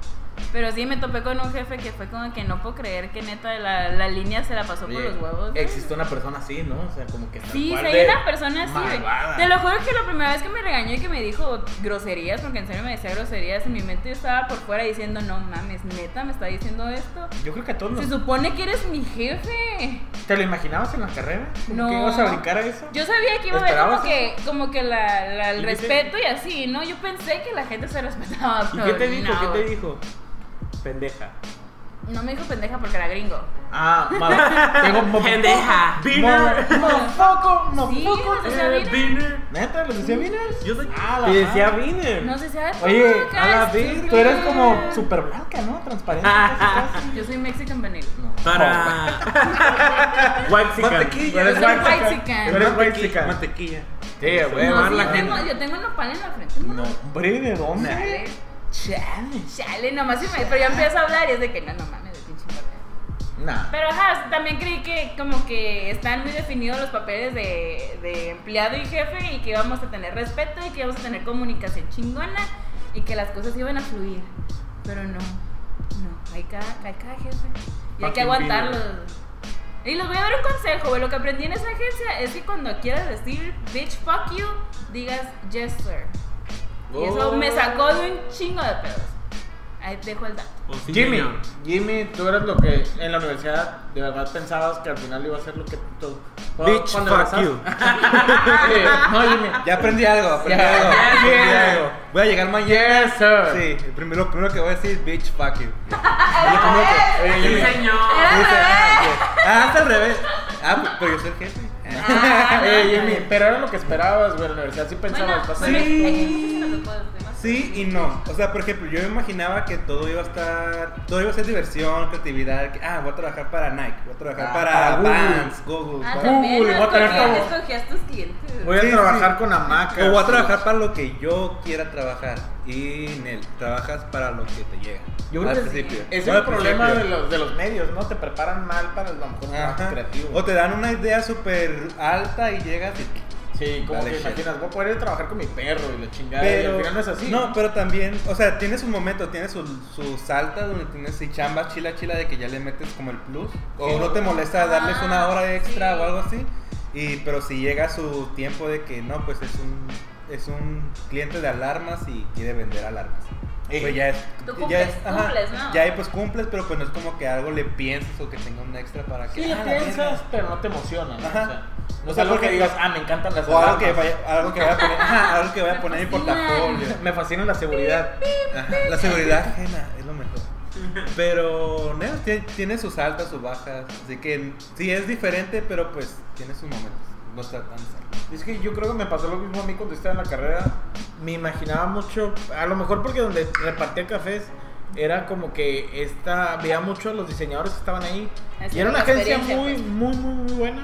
Pero sí, me topé con un jefe que fue como que no puedo creer que neta la, la línea se la pasó por Oye, los huevos. güey. Existe una persona así, ¿no? O sea, como que. tal Sí, cual soy de una persona así, güey. malvada. Te lo juro que la primera vez que me regañó y que me dijo groserías, porque en serio me decía groserías, en mi mente yo estaba por fuera diciendo, no mames, neta, me está diciendo esto. Yo creo que a todos Se nos. supone que eres mi jefe. ¿Te lo imaginabas en la carrera? ¿Cómo No. que ibas a brincar a eso? Yo sabía que iba a haber ¿Esperabas como que, como que la, la- el ¿Y qué te- respeto y así, ¿no? Yo pensé que la gente se respetaba. ¿Y pero qué te dijo? no, ¿Qué te güey. dijo? Pendeja. No me dijo pendeja porque era gringo. Ah, madre. Tengo mo- Pendeja. Mo- Mofoco, Sí, mofoco. o sea, Eh, mira. Viner. ¿Neta? ¿Los decía Vinas? Yo soy. Ah, la Te decía madre. Viner. No sé si ah, tú Oye, acá a la es- vez, tú eres como súper blanca, ¿no? Transparente. casi, casi. Yo soy mexican vanilla. No. Para. White Mantequilla. Tú eres Yo soy whitexican. whitexican. Tú eres Mantequilla. whitexican. Mantequilla. Sí, güey, No, más sí, la yo, gente. tengo, yo tengo el nopal en la frente. No, hombre, ¿de dónde? Chale, Chale. chale, nomás se me. Pero yo empiezo a hablar y es de que no, no mames, de pinche morra. Nah. Pero ajá, también creí que como que están muy definidos los papeles de, de empleado y jefe y que íbamos a tener respeto y que íbamos a tener comunicación chingona y que las cosas iban a fluir. Pero no, no, hay cada, hay cada jefe y hay Fucking que aguantarlos. Y les voy a dar un consejo, güey. Lo que aprendí en esa agencia es que cuando quieras decir bitch fuck you, digas yes sir. Y Oh. eso me sacó de un chingo de pedos. Ahí te dejo el dato. O sí, Jimmy, señor. Jimmy, tú eras lo que en la universidad de verdad pensabas que al final iba a ser lo que tú. Bitch, cuando fuck regresas- you. Sí, No, Jimmy. Ya aprendí algo, aprendí Ya, algo. ya, aprendí ya. algo. Voy a llegar mañana. Yes, sir. Sí, el primero, lo primero que voy a decir es bitch, fuck you. Oye, Sí, Jimmy. señor. Era al Dice, ah, revés. sí. Ah, hasta al revés. Ah, pues, pero yo soy el jefe. Ah, Eh, no, Jimmy, pero era lo que esperabas, güey, en la universidad sí Bueno, pensabas. vas a bueno, ser- hay gente que se lo tocó desde más Sí y no. O sea, por ejemplo, yo me imaginaba que todo iba a estar. Todo iba a ser diversión, creatividad. que, ah, voy a trabajar para Nike, voy a trabajar Ah, para para Google. Vans, Google. Ah, para- también Uy, voy a tener escogías- todo. escogías tus clientes. Voy a Sí, trabajar sí. con hamacas. O voy a trabajar para lo que yo quiera trabajar. Y Nel, trabajas para lo que te llega. Yo creo Al que es- principio. Ese es No el al problema de principio. los, de los medios, ¿no? Te preparan mal para el mejor trabajo Ajá. creativo. O te dan una idea súper alta y llegas y Sí, como Dale que shit. imaginas, voy a poder ir a trabajar con mi perro y la chingada. y Pero, al final no es así. No, pero también, o sea, tiene sus momentos, tiene sus, sus altas donde tienes y chamba chila chila de que ya le metes como el plus. O Sí. no te molesta darles Ah, una hora extra sí. o algo así. Y, pero si llega su tiempo de que no, pues es un, es un cliente de alarmas y quiere vender alarmas. Ey. Pues ya es. Tú cumples, ya es, cumples, ¿no? Ya ahí pues cumples, pero pues no es como que algo le pienses o que tenga un extra para que. Sí, le "Ah, la piensas, verga". pero no te emociona. ¿no? Ajá. O sea, no O es sea, algo que porque- digas, ah, me encantan las O algo que, alarmas. vaya, algo que vaya a poner, ajá, algo que vaya a poner en mi Me portafolio. Me fascina la seguridad. Ajá, La seguridad ajena es lo mejor. Pero no, tiene, tiene sus altas, sus bajas. Así que sí es diferente, pero pues tiene sus momentos. No está tan cerca. Es que yo creo que me pasó lo mismo a mí cuando estaba en la carrera. Me imaginaba mucho, a lo mejor porque donde repartía cafés era como que esta, veía mucho a los diseñadores que estaban ahí. Así y era una la agencia experiencia, muy, pues. muy, muy, muy buena.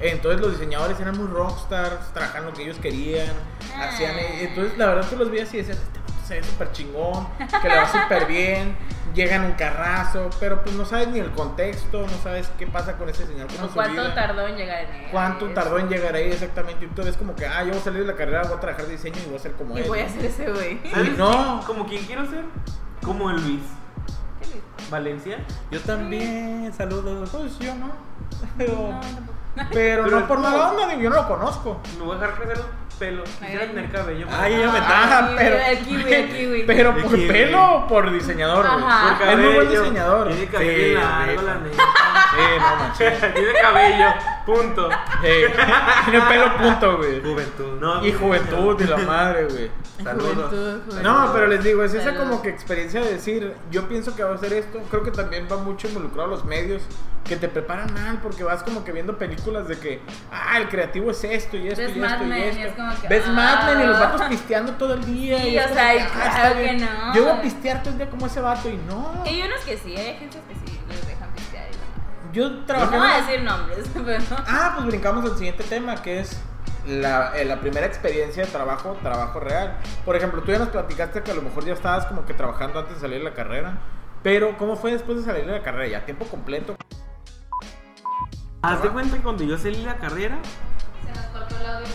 Entonces los diseñadores eran muy rockstars, trabajaban lo que ellos querían, Ah. hacían... eh, Entonces la verdad tú los veías y decías, este vato se ve súper chingón, que le va súper bien, llegan un carrazo, pero pues no sabes ni el contexto, no sabes qué pasa con ese señor, cómo ¿O su ¿Cuánto vida. tardó en llegar en él? ¿Cuánto tardó en llegar ahí exactamente? Y tú ves como que, ah, yo voy a salir de la carrera, voy a trabajar de diseño y voy a ser como Y él. voy a ¿no? ser ese güey. ¿Sabes? no. ¿Como quién quiero ser? Como el Luis. Valencia. Yo también, saludos. Pues yo no. Pero, No, tampoco. pero Pero no por tú- mala onda, digo, yo no lo conozco. Me voy a dejar crecer los pelos. Quisiera Ay. tener cabello. Ay, ya me Ah, el pero. kiwi, el kiwi. Pero El por kiwi. pelo o por diseñador, güey. Ajá. Por Es muy buen cabello. diseñador. Tiene cabello largo, güey. la neta. Sí, no manches. Tiene cabello. Punto. Sí. Tiene pelo punto, güey. Juventud. No, Y juventud de la madre, güey. saludos. Juventud, juventud. No, pero les digo, es esa Pero- como que experiencia de decir, yo pienso que va a ser esto, creo que también va mucho involucrado los medios que te preparan mal porque vas como que viendo películas de que, ah, el creativo es esto y esto Ves y Mad esto y Men y esto. es como que, Ves Mad Men y los ah. vatos pisteando todo el día. Sí, es o como sea, y ah, claro está bien. que no. Yo voy a pistear todo el día como ese vato y no. Que hay unos que sí, hay agencias que sí les dejan pistear y demás. Yo No trabajé... voy a en- decir nombres, pero. Ah, pues brincamos al siguiente tema, que es la, eh, la primera experiencia de trabajo, trabajo real. Por ejemplo, tú ya nos platicaste que a lo mejor ya estabas como que trabajando antes de salir de la carrera, pero ¿cómo fue después de salir de la carrera? ¿Ya a tiempo completo? Haz de cuenta que cuando yo salí de la carrera, Se nos cortó el audio.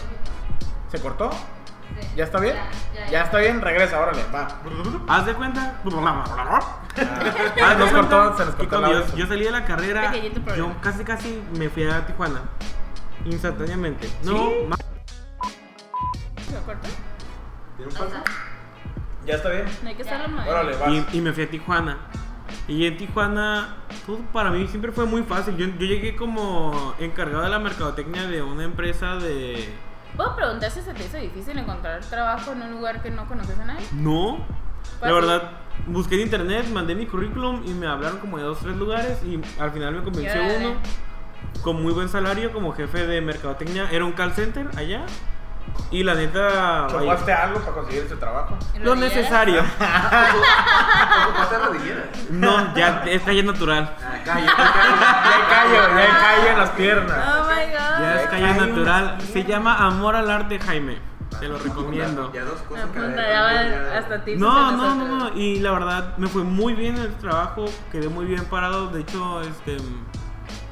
¿Se cortó? Sí. ¿Ya está bien? Ya, ya, está bien, regresa, órale, va. haz de cuenta. Ah, Haz de nos cuenta cortó, se nos que cortó cuando la yo, yo salí de la carrera, Pequeñito yo problema. casi casi me fui a Tijuana. Instantáneamente. No, ma- ¿Lo corto? ¿Ya está bien? Ah, No hay que estarlo moviendo. Órale, va. Y, y me fui a Tijuana. Y en Tijuana, todo para mí siempre fue muy fácil. Yo, yo llegué como encargado de la mercadotecnia de una empresa de... ¿Puedo preguntar si se te hizo difícil encontrar trabajo en un lugar que no conoces a nadie? No. La Fácil. verdad, busqué en internet, mandé mi currículum y me hablaron como de dos, tres lugares y al final me convenció órale. uno. Con muy buen salario como jefe de mercadotecnia. Era un call center allá. Y la neta... vaya, ¿Chocaste algo para conseguir este trabajo? lo ¿Rodilleras? necesario. ¿Ocupaste Ah, rodilleras? No, ya está ya es natural. Ah, calla, calla. Ya callo, ya callo Ah. en las piernas. Oh my Ya god. es Ay, calle una natural. silla. Se llama Amor al Arte, Jaime. Te lo recomiendo. Ya dos Me cosas que apuntaría hasta ti. No, no, no, no. Y la verdad, me fue muy bien el trabajo. Quedé muy bien parado. De hecho, este.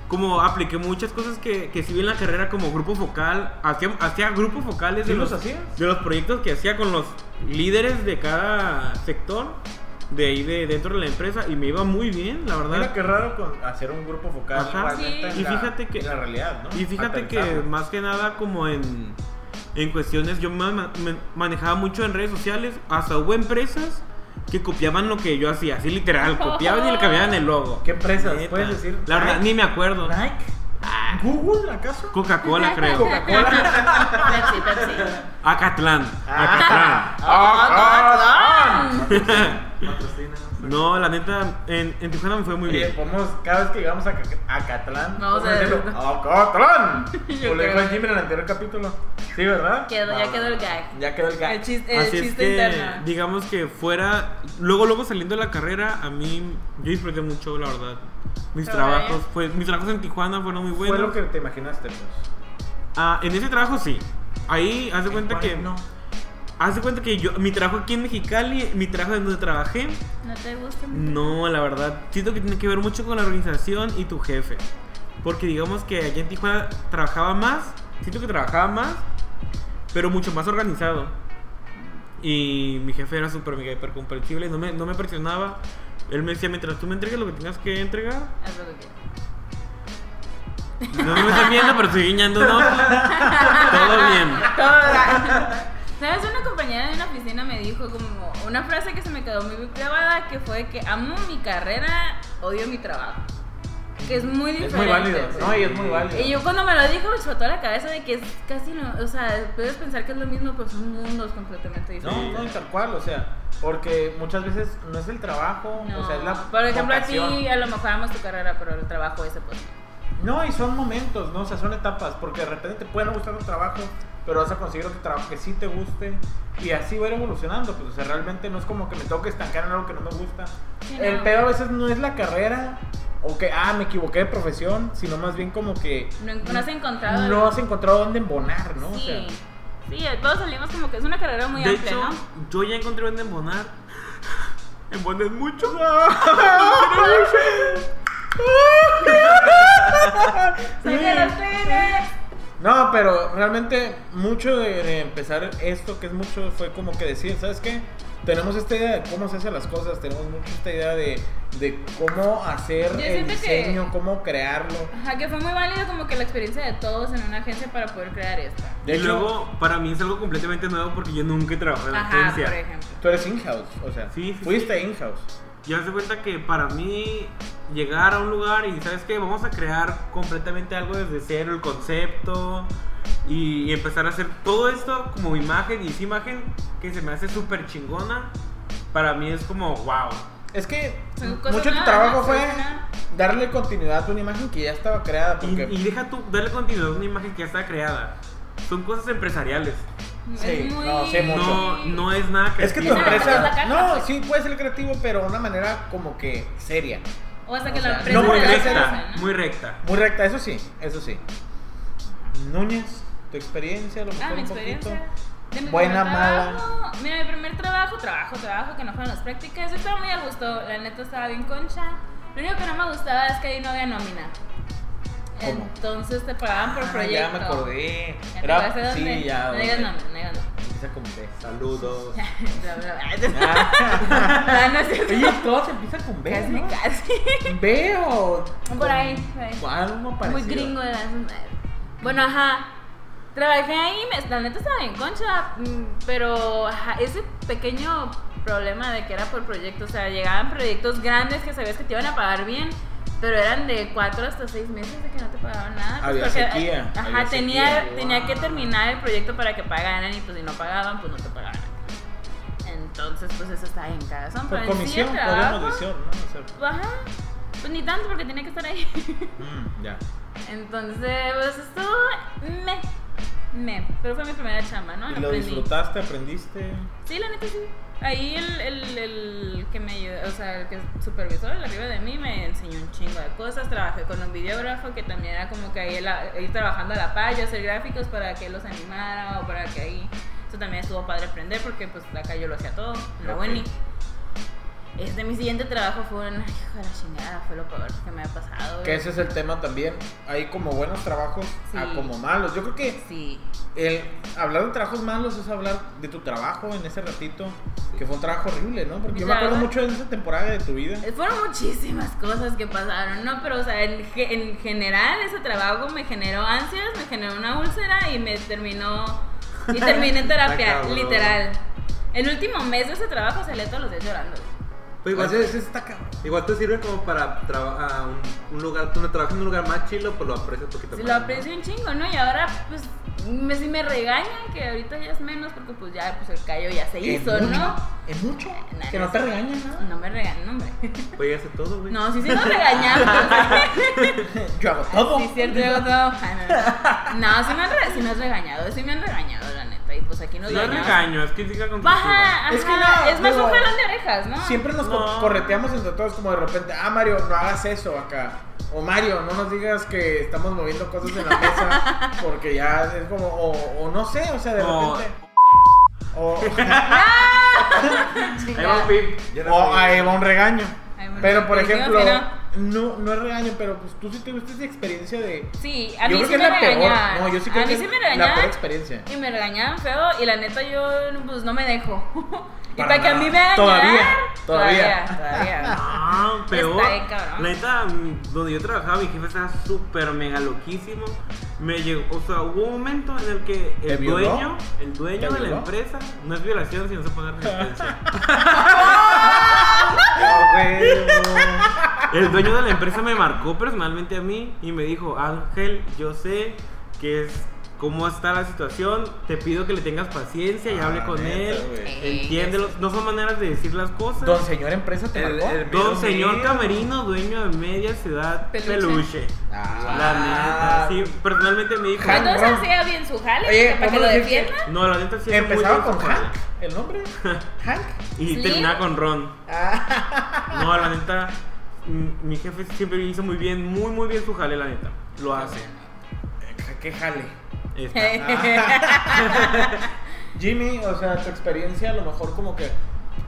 Como apliqué muchas cosas que, que sí vi en la carrera como grupo focal. Hacía, hacía grupos focales ¿Sí de los los, hacías? de los proyectos que hacía con los líderes de cada sector. De ahí de dentro de la empresa. Y me iba muy bien, la verdad. Mira qué raro con- hacer un grupo focal Ajá. igualmente Sí. en Y la- fíjate que- en la realidad, ¿no? Y fíjate que Aterrizarlo. más que nada como en, en cuestiones, yo me, me manejaba mucho en redes sociales, hasta hubo empresas que copiaban lo que yo hacía, así literal, copiaban y le cambiaban el logo. ¿Qué empresas? Neta. ¿Puedes decir? La verdad, Nike? ni me acuerdo. Ah, Nike? ¿Google acaso? Coca-Cola, creo. Coca-Cola. Pepsi, Oh, Pepsi. Acatlán. Ah, Acatlán. ah, ah. Ah, Patrocínanos. No, la neta, en, en Tijuana me fue muy Oye, bien. podemos, cada vez que llegamos a Aca- Acatlán, Vamos a decirlo, decirlo. ¡Acatlán! Yo Como le dijo creo. a Jimmy en el anterior capítulo. Sí, ¿verdad? Quedó- ya Va, quedó va. el gag. Ya quedó el El gag. chiste, el Así es chiste que, interno. digamos que fuera, luego, luego saliendo de la carrera, a mí, yo disfruté mucho, la verdad. Mis Pero vaya. trabajos, pues, mis trabajos en Tijuana fueron muy buenos. Fue lo que te imaginaste, pues. Ah, en ese trabajo sí. Ahí, haz de cuenta que. No. Ah, Haz de cuenta que yo, mi trabajo aquí en Mexicali, mi trabajo en donde trabajé, ¿No te gusta? no, la verdad, siento que tiene que ver mucho con la organización y tu jefe. Porque digamos que allá en Tijuana trabajaba más, siento que trabajaba más, pero mucho más organizado. Y mi jefe era súper mega hiper comprensible, no me, no me presionaba. Él me decía, mientras tú me entregues lo que tengas que entregar, Haz lo que quieras. no me están viendo, pero estoy guiñando, ¿no? Todo bien. Toda. ¿Sabes? Una compañera de una oficina me dijo como una frase que se me quedó muy clavada que fue que amo mi carrera, odio mi trabajo. Que es muy Es diferente. muy válido. pues. No, y es muy válido. Y yo cuando me lo dijo me chotó la cabeza de que es casi no, o sea, puedes pensar que es lo mismo, pero son mundos completamente No, diferentes. no, tal cual, o sea, porque muchas veces no es el trabajo, o sea, es la. Por ejemplo, a ti vocación. a lo mejor amas tu carrera, pero el trabajo ese pues. no. No, y son momentos, ¿no? O sea, son etapas, porque de repente te puede no gustar un trabajo, pero vas a conseguir otro trabajo que sí te guste, y así va a ir evolucionando, pues, o sea, realmente no es como que me tengo que estancar en algo que no me gusta. Sí, El no. peor a veces no es la carrera, o que, ah, me equivoqué de profesión, sino más bien como que No, no has encontrado. no has encontrado dónde embonar, ¿no? O sea, Sí. Sí, todos salimos como que es una carrera muy de amplia, hecho, ¿no? yo ya encontré dónde embonar. Embones mucho. ¡Saca los trenes! No, pero realmente mucho de, de empezar esto, que es mucho, fue como que decir, ¿sabes qué? Tenemos esta idea de cómo se hacen las cosas, tenemos mucho esta idea de, de cómo hacer Yo el siento que- diseño, cómo crearlo. Ajá, que fue muy válido como que la experiencia de todos en una agencia para poder crear esta. De y hecho, luego, para mí es algo completamente nuevo porque yo nunca he trabajado en Ajá, por agencia. ejemplo. tú eres in-house, o sea, Sí, sí, fuiste sí. in-house. Ya se cuenta que para mí llegar a un lugar y sabes que vamos a crear completamente algo desde cero, el concepto y, y empezar a hacer todo esto como imagen y esa imagen que se me hace súper chingona, para mí es como wow. Es que Son cosas mucho de tu nuevas, trabajo son fue una- darle continuidad a una imagen que ya estaba creada, Y, porque y deja tú darle continuidad a una imagen que ya está creada. Son cosas empresariales. Sí, es muy... no, sí, mucho. No, no es nada es que tu creativa. Esa parte es empresa... la caja, no, pues. sí, puede ser creativo, pero de una manera como que seria. O hasta que o la sea, empresa no, muy porque te la esa- recta, conoce, ¿no? muy recta. Muy recta, eso sí, eso sí. Núñez, tu experiencia, a lo mejor Ah, mi un poquito. experiencia. De mi Buena, primer trabajo, Mira, mi primer trabajo, trabajo, trabajo, que no fueron las prácticas. Yo estaba muy a gusto, la neta estaba bien concha. Lo único que no me gustaba es que ahí no había nómina. ¿Cómo? Entonces te pagaban por Ah, proyecto. ya me acordé. ¿Ya te acordaste Era, dónde? sí, ya. No dónde. digas nombre, no digas nombre. Empieza con B. Saludos. Bla, bla, bla. Ah. Ah, no es cierto. Oye, todo se empieza con B, Casi, ¿no? casi. B o Por ahí, por ahí. con algo Muy parecido. gringo de las Bueno, ajá. Trabajé ahí, me- la neta estaba en concha, mm, pero ajá, ese pequeño problema de que era por proyecto, o sea, llegaban proyectos grandes que sabías que te iban a pagar bien, pero eran de cuatro hasta seis meses de que no te pagaban nada. pues, Había porque, sequía, Ajá, había tenía, sequía. tenía que terminar el proyecto para que pagaran y pues si no pagaban, pues no te pagaban. Entonces, pues eso estaba en cagazón. Por pero en sí el comisión, trabajo, podríamos decir, ¿no? O sea, Ajá, pues ni tanto porque tenía que estar ahí. mm, ya. Entonces, pues estuvo me, me, pero fue mi primera chamba, ¿no? ¿Y No ¿Lo Ah, aprendí. disfrutaste, aprendiste? Sí, la neta sí. Ahí el, el, el que me ayudó, o sea, el que supervisó el arriba de mí me enseñó un chingo de cosas. Trabajé con un videógrafo que también era como que ahí la- ir trabajando a la par, yo hacer gráficos para que los animara o para que ahí. Eso también estuvo padre aprender porque pues acá yo lo hacía todo, en la Ok. Wendy. Este, mi siguiente trabajo fue un... Hijo de la chingada, fue lo peor que me ha pasado. Que ese es el tema también. Hay como buenos trabajos a Sí. como malos. Yo creo que Sí. El hablar de trabajos malos es hablar de tu trabajo en ese ratito, que fue un trabajo horrible, ¿no? Porque yo me La acuerdo verdad. mucho de esa temporada de tu vida. Fueron muchísimas cosas que pasaron, ¿no? Pero, o sea, en, ge- en general ese trabajo me generó ansias, me generó una úlcera y me terminó... Y terminé en Ay, terapia, cabrón. literal. El último mes de ese trabajo salí todos los días llorando. Pues igual, Así es, está cabrón. igual te sirve como para traba- a un, un lugar, tú no trabajas en un lugar más chilo, pues lo aprecias un poquito Sí, más. lo ¿no? aprecio un chingo, ¿no? Y ahora, pues, me, si me regañan, que ahorita ya es menos, porque pues ya, pues el callo ya se hizo, ¿no? Es mucho. Nah, que no te regañen nada. No me regañan, hombre. Pues ya hace todo, güey. No, sí, sí nos regañamos. Yo hago todo. Ah, Sí, cierto, yo todo. Ah, No, no, no. No, sí me, han re- sí me has regañado, sí me han regañado, la neta. Y pues aquí nos No es regañamos. regaño, es crítica constructiva. Baja, Es es, que no, es más digo, un jalón de orejas, ¿no? Siempre nos co- No. correteamos entre todos como de repente, ah Mario, no hagas eso acá. O Mario, no nos digas que estamos moviendo cosas en la mesa porque ya es como, o, o no sé, o sea, de O- repente. O, Ahí va un pip. Ya la o fui. ahí va un regaño. Ahí va un Pero por regaño, ejemplo, que no, no es regaño, pero pues tú sí tuviste esa experiencia de. Sí, a Yo mí creo sí que es me la peor. regañaban. No, yo sí creo a que mí es sí me la peor regañaban. experiencia. Y me regañaban feo y la neta yo pues no me dejo. y Para para que a mí me hagan Todavía, llorar, todavía. todavía. todavía. Ah, peor. Está bien, cabrón. La neta, mm, donde yo trabajaba, mi jefe estaba súper mega loquísimo. Me llegó, o sea, hubo un momento en el que ¿Te el violó? dueño, el dueño ¿Te de la violó? empresa, no es violación, sino se pone resistencia. Ah, güey, El dueño de la empresa me marcó personalmente a mí y me dijo, Ángel, yo sé que es cómo está la situación, te pido que le tengas paciencia y hable Ah, con neta, él, güey. entiéndelo, no son maneras de decir las cosas. Don señor empresa te El- marcó. el- Don Dios señor mío. Camerino, dueño de media ciudad, peluche. Peluche. La Ah. neta, sí, personalmente me dijo, Hank. Entonces hacía bien su jale Oye, para que ¿podemos lo decir que- defiendan. no, la neta sí era muy Empezaba con responsable. Hank, el nombre. Hank. Y Slim. terminaba con Ron. Ah. No, la neta, mm, mi jefe siempre hizo muy bien, muy, muy bien su jale, la neta. Lo hace. Que Ah, jale. Eh, Pues, Está. Ah. Jimmy, o sea, tu experiencia a lo mejor como que...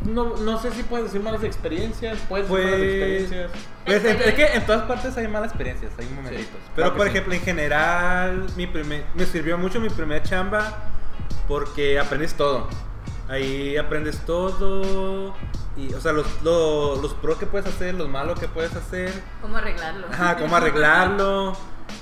No, no sé si puedes decir malas experiencias, puedes decir malas Pues- experiencias. Pues en- es que en todas partes hay malas experiencias, hay momentitos. Sí, claro Pero que por sí. ejemplo, en general, mi primer, me sirvió mucho mi primera chamba porque aprendes todo. Ahí aprendes todo. Y, o sea, los, lo- los pros que puedes hacer, los malos que puedes hacer, ¿Cómo arreglarlo? ajá, cómo arreglarlo.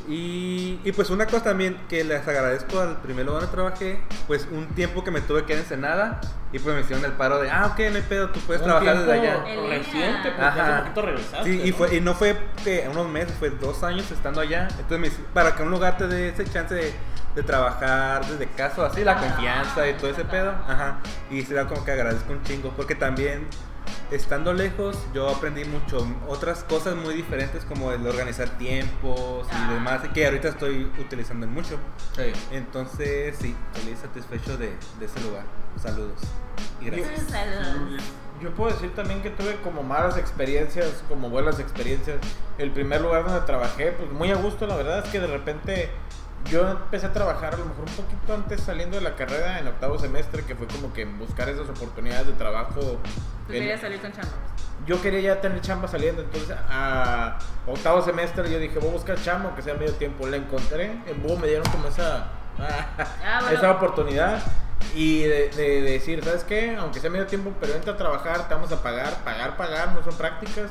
Y, y pues una cosa también que les agradezco al primer lugar donde trabajé, pues un tiempo que me tuve que ir a Ensenada y pues me hicieron el paro de, ah, ok, no hay pedo, tú puedes Un trabajar tiempo desde allá. En reciente, línea. pues ya hace Ajá. poquito regresaste, Sí, y, ¿no? fue, y no fue que unos meses, fue dos años estando allá. Entonces, me hice- para que un lugar te dé ese chance de, de trabajar desde casa, o así, la Ah, confianza y todo ese pedo. Ajá. Y será como que agradezco un chingo, porque también estando lejos, yo aprendí mucho otras cosas muy diferentes, como el organizar tiempos y Ah. demás, que ahorita estoy utilizando en mucho. Sí. Entonces, sí, estoy satisfecho de, de ese lugar. Saludos. Y Pues, gracias. Saludos. Yo puedo decir también que tuve como malas experiencias, como buenas experiencias. El primer lugar donde trabajé, pues muy a gusto, la verdad es que de repente yo empecé a trabajar a lo mejor un poquito antes saliendo de la carrera en octavo semestre, que fue como que buscar esas oportunidades de trabajo. en- Tú querías salir con chambas. yo quería ya tener chamba saliendo, entonces a octavo semestre yo dije, voy a buscar chamba, aunque sea medio tiempo. La encontré, en Búho me dieron como esa, bueno. esa oportunidad y de, de decir, ¿sabes qué? Aunque sea medio tiempo, pero entra a trabajar, te vamos a pagar, pagar, pagar, no son prácticas.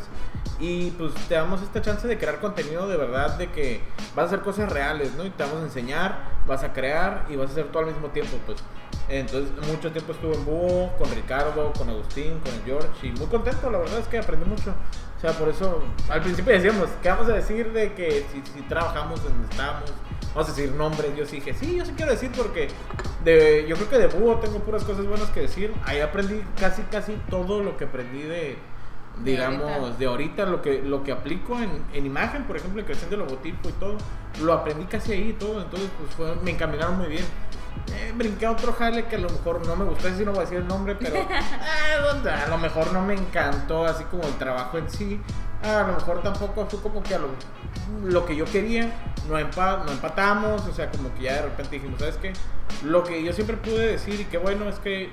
Y pues te damos esta chance de crear contenido de verdad, de que vas a hacer cosas reales, ¿no? Y te vamos a enseñar, vas a crear y vas a hacer todo al mismo tiempo, pues. Entonces, mucho tiempo estuve en Búho, con Ricardo, con Agustín, con el George, y muy contento, la verdad es que aprendí mucho. O sea, por eso, al principio decíamos, ¿qué vamos a decir de que si, si trabajamos donde estamos? Vamos a decir nombres, yo sí dije, sí, yo sí quiero decir porque de, yo creo que de Búho tengo puras cosas buenas que decir. Ahí aprendí casi, casi todo lo que aprendí de, De digamos, ahorita. de ahorita, lo que, lo que aplico en, en imagen, por ejemplo, en creación de logotipo y todo. Lo aprendí casi ahí y todo, entonces pues fue- me encaminaron muy bien. Eh, brinqué a otro jale que a lo mejor no me gustó, ese sí no voy a decir el nombre, pero ah, donde a lo mejor no me encantó así como el trabajo en sí. A lo mejor tampoco fue como que a lo, lo que yo quería, no, empa- no empatamos, o sea, como que ya de repente dijimos, ¿sabes qué? Lo que yo siempre pude decir y qué bueno es que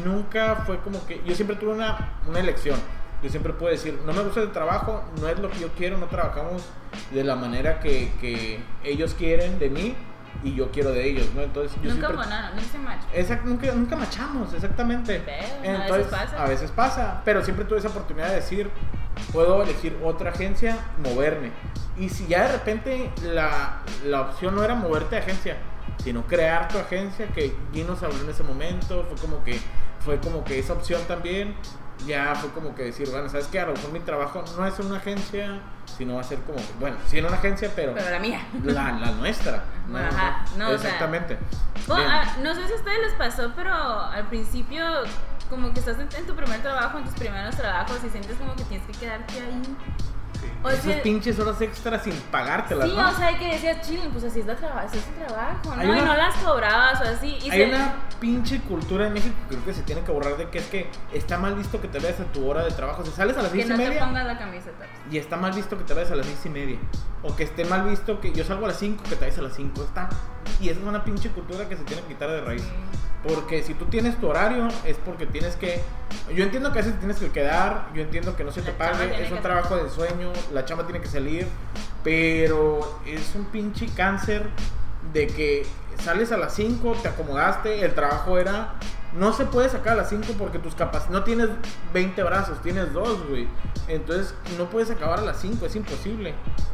mm, nunca fue como que, yo siempre tuve una, una elección. Yo siempre pude decir, no me gusta el trabajo, no es lo que yo quiero, no trabajamos de la manera que, que ellos quieren de mí y yo quiero de ellos, ¿no? Entonces yo Nunca siempre- abonaron, no hice match. Exact- nunca, nunca machamos, exactamente. Pero, a Entonces, veces pasa. a veces pasa, pero siempre tuve esa oportunidad de decir, puedo elegir otra agencia, moverme. Y si ya de repente la, la opción no era moverte de agencia, sino crear tu agencia, que Gino nos habló en ese momento, fue como que, fue como que esa opción también. ya fue como que decir, bueno, ¿sabes qué? A lo mejor mi trabajo no es en una agencia, sino va a ser como, que, bueno, sí en una agencia, pero Pero la mía. la, la nuestra. ¿no? Ajá, no, o sea, Exactamente. Bueno, Bien. a- no sé si a ustedes les pasó, pero al principio, como que estás en, en tu primer trabajo, en tus primeros trabajos, y sientes como que tienes que quedarte ahí. Sí. O Esas sea, sí, pinches horas extras sin pagártelas, ¿no? o sea, hay que decías, chilling, pues así es, la traba- así es tu trabajo, ¿no? Hay Y una- no las cobrabas o así. Y Hay se- una pinche cultura en México que creo que se tiene que borrar de que es que está mal visto que te vayas a tu hora de trabajo. Si sales a las que 10 y no te media pongas la camiseta. y está mal visto que te vayas a las 10 y media. O que esté mal visto que yo salgo a las 5, que te vayas a las 5. Está. Y esa es una pinche cultura que se tiene que quitar de raíz. Porque si tú tienes tu horario, es porque tienes que. Yo entiendo que a veces te tienes que quedar, yo entiendo que no se La te chamba pague, tiene es un que- trabajo de sueño, la chamba tiene que salir, pero es un pinche cáncer de que sales a las 5, te acomodaste, el trabajo era. No se puede sacar a las 5 porque tus capacidades. No tienes 20 brazos, tienes dos, güey. Entonces no puedes acabar a las 5, es imposible.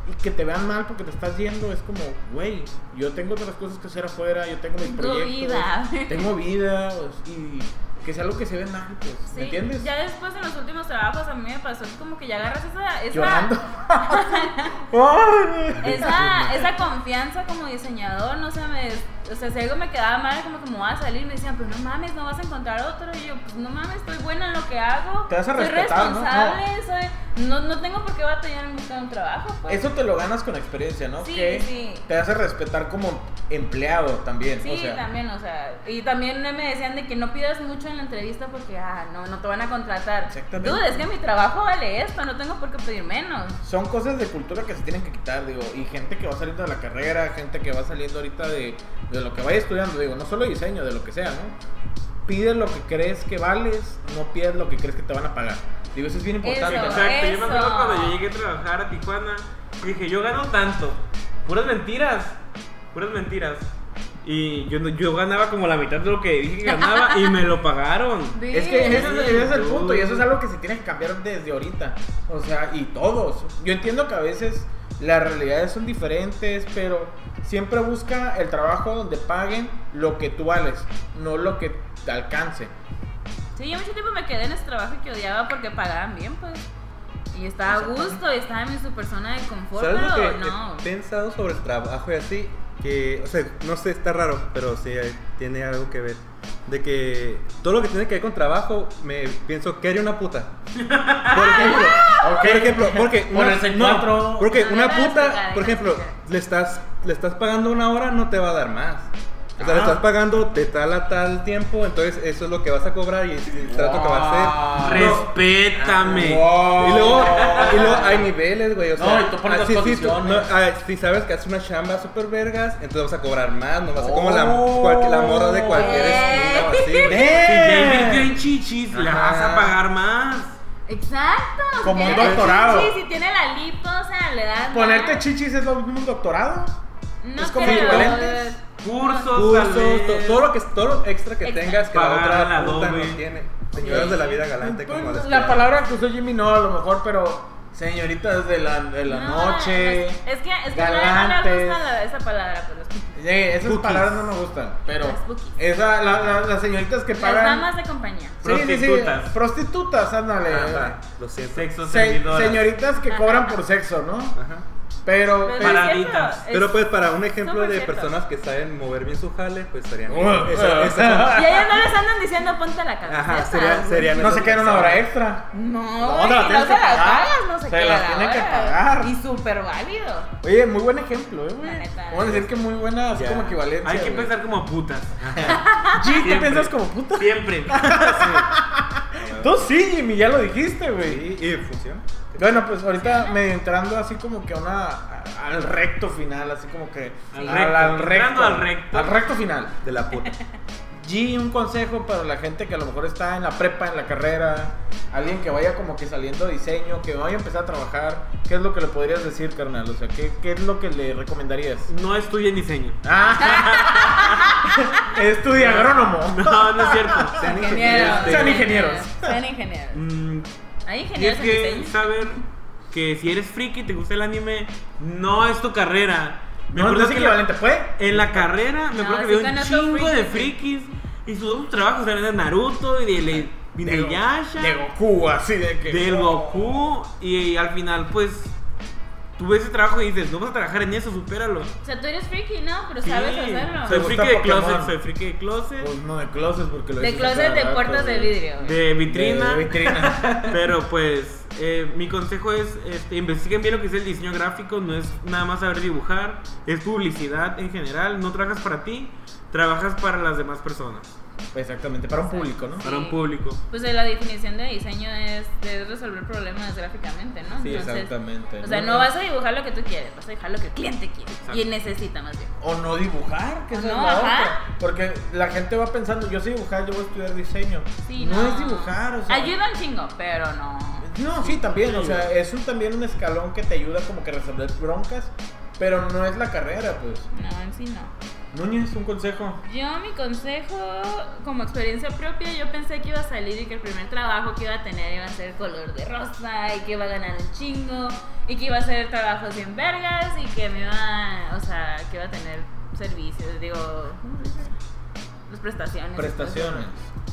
Y que te vean mal porque te estás yendo es como, güey, yo tengo otras cosas que hacer afuera, yo tengo mis Tu proyectos vida. tengo vida pues, y que sea algo que se ve mal, pues, Sí, ¿me entiendes? Ya después en los últimos trabajos a mí me pasó como que ya agarras esa, esa, Llorando. esa, esa confianza como diseñador, no sé, me- o sea, si algo me quedaba mal, como que me voy a salir, me decían, pero no mames, no vas a encontrar otro. Y yo, pues no mames, estoy buena en lo que hago, Te vas a soy respetar, ¿no? responsable, soy, no, no tengo por qué batallar en buscar un trabajo. Pues. Eso te lo ganas con experiencia, ¿no? Sí, que sí. te hace respetar como empleado también. Sí, o sea, también, o sea, y también me decían de que no pidas mucho en la entrevista porque, ah, no, no te van a contratar. Exactamente. Dude, es que mi trabajo vale esto, no tengo por qué pedir menos. Son cosas de cultura que se tienen que quitar, digo, y gente que va saliendo de la carrera, gente que va saliendo ahorita de, de lo que vaya estudiando, digo, no solo diseño, de lo que sea, ¿no? Pides lo que crees que vales, no pides lo que crees que te van a pagar. Digo, eso es bien importante. Eso. ¿no? Exacto, yo me acuerdo Eso. cuando yo llegué a trabajar a Tijuana, dije, yo gano tanto. Puras mentiras, puras mentiras. Y yo, no- yo ganaba como la mitad de lo que dije que ganaba y me lo pagaron. Es que ese, es- ese es el Sí. punto y eso es algo que se tiene que cambiar desde ahorita. O sea, y todos. Yo entiendo que a veces las realidades son diferentes, pero siempre busca el trabajo donde paguen lo que tú vales, no lo que te alcance. Sí, yo mucho tiempo me quedé en ese trabajo que odiaba porque pagaban bien, pues. Y estaba a gusto y estaba en su persona de confort, ¿Sabes lo pero que no. he pensado sobre el trabajo y así? Que, o sea, no sé, está raro, pero sí eh, tiene algo que ver. De que todo lo que tiene que ver con trabajo, me pienso que haría una puta. Por ejemplo, por ejemplo, porque Por una, el seis no, cuatro. porque No, una déjame puta, explicar, déjame por ejemplo, explicar. le estás, le estás pagando una hora, no te va a dar más. O sea, le Ah. estás pagando de tal a tal tiempo, entonces eso es lo que vas a cobrar y es el trato que va a hacer. No, Ah, Respétame. Wow. y luego, y luego hay niveles, güey. O No, sea, y tú pones las así, sí, tú- condiciones. no, ah, si sabes que haces una chamba super vergas, entonces vas a cobrar más, no vas a como la, Oh. cualquier, la morra de cualquier esquina o así. Si ya invirtió ¡Damn! en chichis, le Ajá. vas a pagar más. Exacto. Como si un tiene doctorado. chichis, si tiene la lipo, o sea, le das. Ponerte chichis es lo mismo un doctorado. No es como creo. equivalentes. Cursos, Cursos, tal to- vez. todo lo que todo lo extra que Extra. tengas que Pagar la al otra puta adobe. no tiene. Señoras de la vida galante como Pues, las la que- palabra que usó Jimmy no, a lo mejor, pero señoritas de la, de la No, noche. no, Es que, es que a nadie no le galantes. gusta la- esa palabra, pues. los- Sí, esas Cookies. palabras no me gustan, pero Las cookies. esa, la- la- las señoritas que Las pagan damas de compañía. Sí, sí, sí, Prostitutas. prostitutas, ándale. Ajá, lo siento. Sexo Se- servidor. señoritas que cobran por sexo, ¿no? Ajá. Pero Pero es Para- eh, Paraditas. cierto, es- Pero pues para un ejemplo súper de cierto. personas que saben mover bien su jale, pues serían Uh, esa- uh. esa- Y ellas no les andan diciendo ponte la cabeza. Ajá, serían, serían no se esas quedan una hora personas. extra. No, No, güey, te la si tienes que no se las pagar. pagas, no se, Se las queda tiene que ahora. pagar. Y súper válido. Oye, muy buen ejemplo, ¿eh, güey? La neta. Vamos a decir que muy buenas Ya. como equivalencia. Hay que güey. pensar como putas. Sí, tú Siempre. piensas como puta. Siempre. Tú sí, Jimmy, ya lo dijiste, güey. Sí, y funciona. Bueno, pues ahorita medio entrando así como que a una a- al recto final, así como que Al recto, entrando al recto. al recto final. De la puta. G, un consejo para la gente que a lo mejor está en la prepa, en la carrera, alguien que vaya como que saliendo de diseño, que vaya a empezar a trabajar, ¿qué es lo que le podrías decir, carnal? O sea, ¿qué, qué es lo que le recomendarías? No estudien diseño. Ah. Estudia agrónomo. No, no es cierto. Sean Ingenieros. de- Sean ingenieros. Sean ingenieros. Mm, Hay Tienes ingenieros en que diseño. saber que si eres friki y te gusta el anime, no es tu carrera. Me No, no acuerdo es que equivalente, ¿fue? en la carrera me No, acuerdo que sí había un conozco chingo de frikis frikis, y sus otros trabajos eran de Naruto y de le- de Go- Inuyasha. De Goku, así de que. del Goku y, al final pues tú ves ese trabajo y dices, no vas a trabajar en eso, supéralo. O sea, tú eres freaky, ¿no? Pero Sí. sabes hacerlo. Soy ¿Te friki gusta de Pokémon? closet, soy friki de closet, Pues no de closets porque lo De dices closet cada de rato, puertas de güey. vidrio. güey. de vitrina, De vitrina. pero pues eh, mi consejo es este, investiguen bien lo que es el diseño gráfico, no es nada más saber dibujar, es publicidad en general, no trabajas para ti, trabajas para las demás personas, Exactamente, para un público, ¿no? para un Sí. público. Pues eh, la definición de diseño es de resolver problemas gráficamente, ¿no? Sí, Entonces, exactamente. O sea, no vas a dibujar lo que tú quieres, vas a dibujar lo que el cliente quiere Exacto. y necesita más bien. O no dibujar, que O esa es no, la ajá. otra. Porque la gente va pensando, yo sé dibujar, yo voy a estudiar diseño. Sí, no, es dibujar, o sea. Ayuda un chingo, pero no. No, sí, también, o sea, es un, también un escalón que te ayuda como que a resolver broncas, pero no es la carrera, pues. No, en sí no. Núñez, un consejo. Yo, mi consejo, como experiencia propia, yo pensé que iba a salir y que el primer trabajo que iba a tener iba a ser color de rosa y que iba a ganar un chingo y que iba a hacer trabajos bien vergas y que me iba, o sea, que iba a tener servicios, digo, ¿cómo se dice? Las prestaciones. Prestaciones.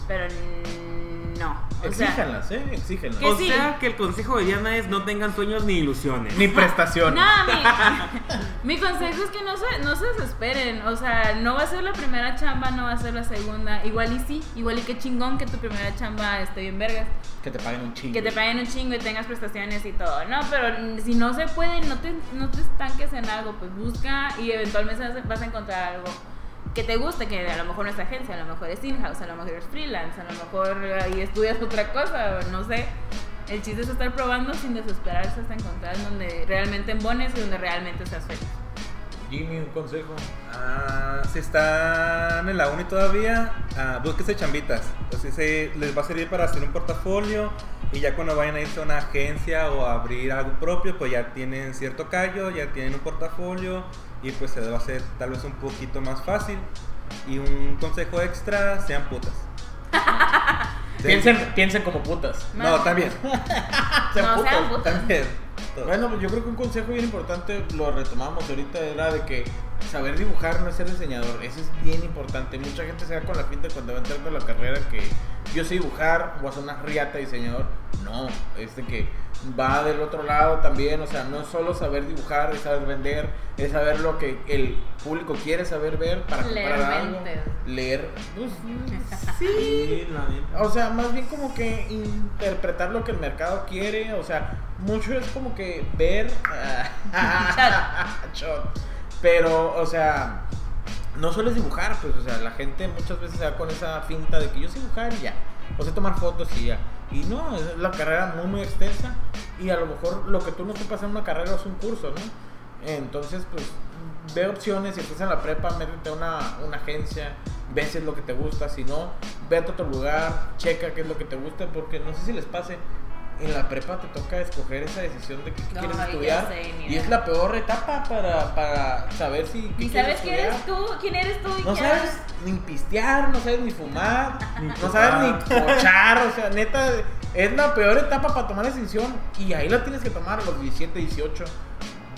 Pero mm, no. O sea, Exíjanlas, ¿eh? Exíjanlas. Que o sí. sea que el consejo de Diana es no tengan sueños ni ilusiones. Ni prestaciones. no, mi, mi consejo es que no se, no se desesperen. O sea, no va a ser la primera chamba, no va a ser la segunda. Igual y sí, igual y qué chingón que tu primera chamba esté bien vergas. Que te paguen un chingo. Que te paguen un chingo y tengas prestaciones y todo, ¿no? Pero mm, si no se puede, no te, no te estanques en algo, pues busca y eventualmente vas a- vas a encontrar algo que te guste, que a lo mejor no es agencia, a lo mejor es in-house, a lo mejor es freelance, a lo mejor ahí estudias otra cosa, o no sé. El chiste es estar probando sin desesperarse hasta encontrar donde realmente embones y donde realmente seas feliz. Jimmy, un consejo. Ah, si están en la uni todavía, ah, búsquense chambitas. O sea, se- les va a servir para hacer un portafolio y ya cuando vayan a irse a una agencia o a abrir algo propio, pues ya tienen cierto callo, ya tienen un portafolio y pues se les va a hacer tal vez un poquito más fácil. Y un consejo extra, sean putas. Sí. Piensen, piensen como putas. No, también. Sean No, sean putas. También. Todo. Bueno, pues yo creo que un consejo bien importante, lo retomamos ahorita, era de que saber dibujar no es ser diseñador. Eso es bien importante. Mucha gente se da con la pinta cuando va entrando a la carrera que yo sé dibujar, voy a ser una riata diseñador. No, es de que va del otro lado también. O sea, no es solo saber dibujar, es saber vender, es saber lo que el público quiere saber ver para comprar Leer algo. mentes. Leer. pues, Sí, la neta. o sea, más bien como que interpretar lo que el mercado quiere. O sea, mucho es como que ver. Shot. Pero, o sea, no sueles dibujar, pues, o sea, la gente muchas veces se da con esa finta de que yo sé dibujar y ya. O sé tomar fotos y ya. Y no, es la carrera muy, muy extensa. Y a lo mejor lo que tú no sepas en una carrera es un curso, ¿no? Entonces, pues, ve opciones. Si estás en la prepa, métete a una, una agencia. Ve si es lo que te gusta. Si no, vete a otro lugar. Checa qué es lo que te gusta. Porque no sé si les pase. En la prepa te toca escoger esa decisión de qué No, quieres ya estudiar. sé, ni y es idea. la peor etapa para, para saber si. qué Ni quieres sabes quién estudiar. eres tú, quién eres tú y No qué sabes haces. ni pistear, no sabes ni fumar, Ni no sabes ni chupar. cochar, o sea, neta, es la peor etapa para tomar decisión y ahí la tienes que tomar a los 17, 18.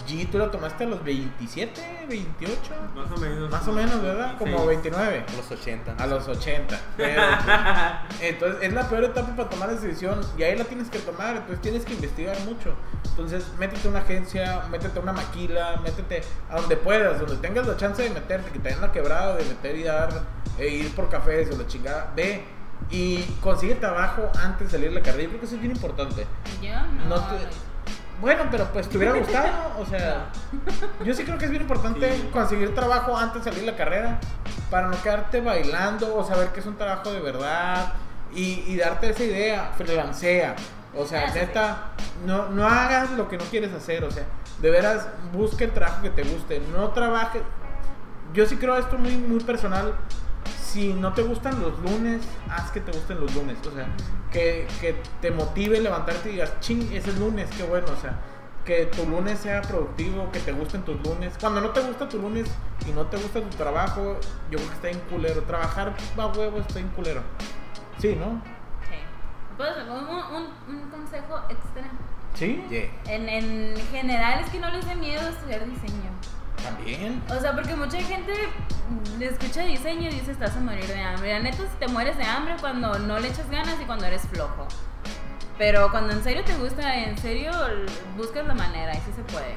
G, tú la tomaste a los 27, 28, Más o menos. más o menos, ¿verdad? Como Sí. 29, A los 80. a los 80. pero, pues, entonces, es la peor etapa para tomar decisión y ahí la tienes que tomar, entonces tienes que investigar mucho. Entonces, métete a una agencia, métete a una maquila, métete a donde puedas, donde tengas la chance de meterte, que te den la quebrada de meter y dar, e ir por cafés o la chingada, ve y consigue trabajo antes de salir de la carrera. Yo creo que eso es bien importante. Yo no. No te- Bueno, pero pues te hubiera gustado, o sea, yo sí creo que es bien importante Sí. conseguir trabajo antes de salir de la carrera para no quedarte bailando o saber que es un trabajo de verdad y, y darte esa idea, freelancea. O sea, Ah, sí, neta, no, no hagas lo que no quieres hacer, o sea, de veras busca el trabajo que te guste, no trabajes. Yo sí creo esto muy, muy personal. Si no te gustan los lunes, haz que te gusten los lunes. O sea, que, que te motive levantarte y digas, ching, ese es lunes, qué bueno. O sea, que tu lunes sea productivo, que te gusten tus lunes. Cuando no te gusta tu lunes y no te gusta tu trabajo, yo creo que está en culero. Trabajar a huevo está en culero. Sí, ¿no? Sí. Pues, un- un- un consejo extra. Sí. Yeah. En, en general es que no les dé miedo estudiar diseño. También. O sea, porque mucha gente le escucha diseño y dice, estás a morir de hambre. La neta, si te mueres de hambre cuando no le echas ganas y cuando eres flojo. Pero cuando en serio te gusta, en serio l- buscas la manera y sí se puede.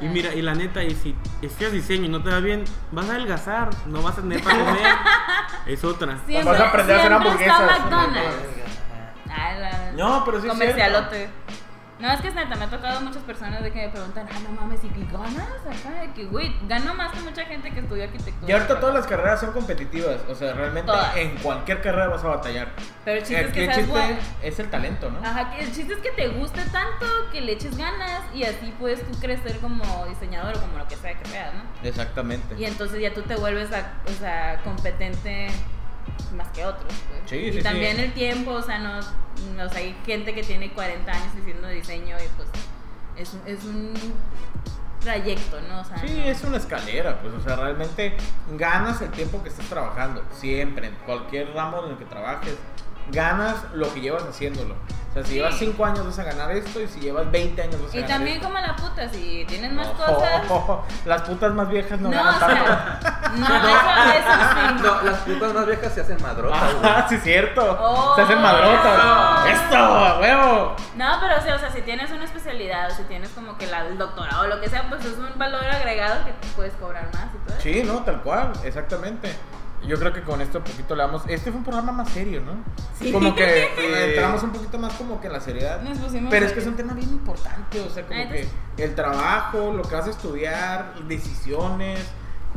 Ah. Y mira, y la neta, y si estudias diseño y no te va bien, vas a adelgazar, no vas a tener para comer. es otra. Siempre, Vas a aprender a hacer siempre está hamburguesas. McDonald's. Ah, la- No, pero sí es Comercialote. No, es que es neta, me ha tocado muchas personas de que me preguntan, ah, no mames, ¿y qué ganas? Acá, de que, güey, gano más que mucha gente que estudió arquitectura. Y ahorita todas las carreras son competitivas. O sea, realmente Todas. en cualquier carrera vas a batallar. Pero el chiste es Aquí que el seas Eh, chiste guay. es el talento, ¿no? Ajá, que el chiste es que te guste tanto que le eches ganas y así puedes tú crecer como diseñador o como lo que sea que seas, ¿no? Exactamente. Y entonces ya tú te vuelves, a- o sea, competente más que otros, pues. Sí, y sí, sí. también el tiempo, o sea, no, no, o sea, hay gente que tiene 40 años haciendo diseño y pues es, un- es un trayecto, ¿no? O sea, Sí, no- es una escalera, pues, o sea, realmente ganas el tiempo que estás trabajando, siempre, en cualquier ramo en el que trabajes, ganas lo que llevas haciéndolo. O sea, si Sí. llevas 5 años vas a ganar esto y si llevas 20 años vas a Y ganar también esto. como la puta, si tienen más Ojo, cosas... ojo, las putas más viejas no, No, o ganan tanto. sea, no, eso, eso sí. No, las putas más viejas se hacen madrotas, güey. Ah, sí, cierto. Oh. Se hacen madrotas. Eso. Esto, a huevo. No, pero o sea, o sea, si tienes una especialidad o si tienes como que la, el doctorado o lo que sea, pues es un valor agregado que puedes cobrar más y todo. eso. Sí, no, tal cual, exactamente. Yo creo que con esto un poquito le damos. Este fue un programa más serio, ¿no? Sí. Como que eh, entramos un poquito más como que en la seriedad. Nos pusimos Pero es serios. que es un tema bien importante, o sea, como Ah, entonces- que el trabajo, lo que vas a estudiar, decisiones,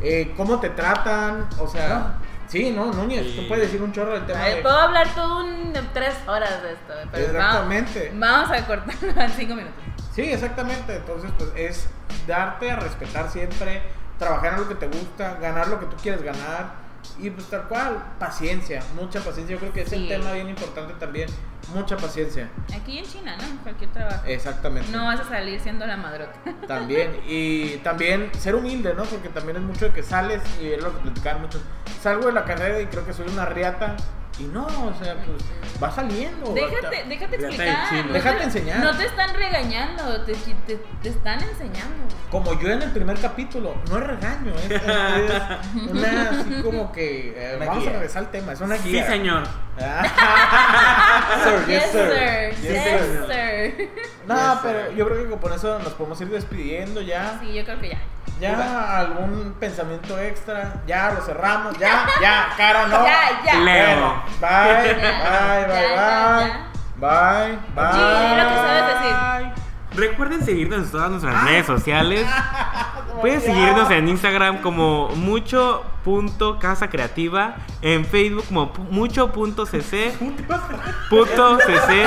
eh, cómo te tratan, o sea, sí, no, Núñez, Sí. tú puedes decir un chorro del tema. Ay, de- puedo hablar todo un de tres horas de esto, pero Exactamente. Vamos, vamos a cortarlo en cinco minutos. Sí, exactamente. Entonces, pues es darte a respetar siempre, trabajar en lo que te gusta, ganar lo que tú quieres ganar. Y pues tal cual, paciencia, mucha paciencia. Yo creo que es un Sí. tema bien importante también. Mucha paciencia. Aquí en China, ¿no? En Cualquier trabajo. Eh. Exactamente. No vas a salir siendo la madrota. También. Y también ser humilde, ¿no? Porque también es mucho de que sales y es lo que platicaban muchos. Salgo de la carrera y creo que soy una riata. Y no, o sea, pues va saliendo. Déjate, déjate Ya está explicar. en China. no Déjate te- enseñar. No te están regañando, te, te, te están enseñando. Como yo en el primer capítulo, no es regaño, es, es una así como que. eh, Una vamos guía. a regresar al tema, es una Sí, guía. Ah, señor. Sir, yes, Yes, sir. sir. Yes, Yes, sir. no, Yes, pero sir. yo creo que con eso nos podemos ir despidiendo ya. Sí, yo creo que ya. Ya algún pensamiento extra, ya lo cerramos, ya, ya, cara, no. Ya, ya. Bueno, Bye, bye, bye, Ya, bye. Bye, bye. Sí, lo que sabes Recuerden seguirnos en todas nuestras redes sociales. Pueden seguirnos en Instagram como mucho punto casa creativa, en Facebook como pu- mucho punto cc, punto cc.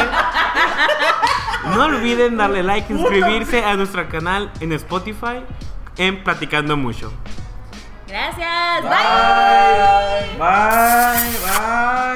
No olviden darle like, inscribirse a nuestro canal en Spotify, en Platicando Mucho. Gracias. Bye. Bye, bye, bye.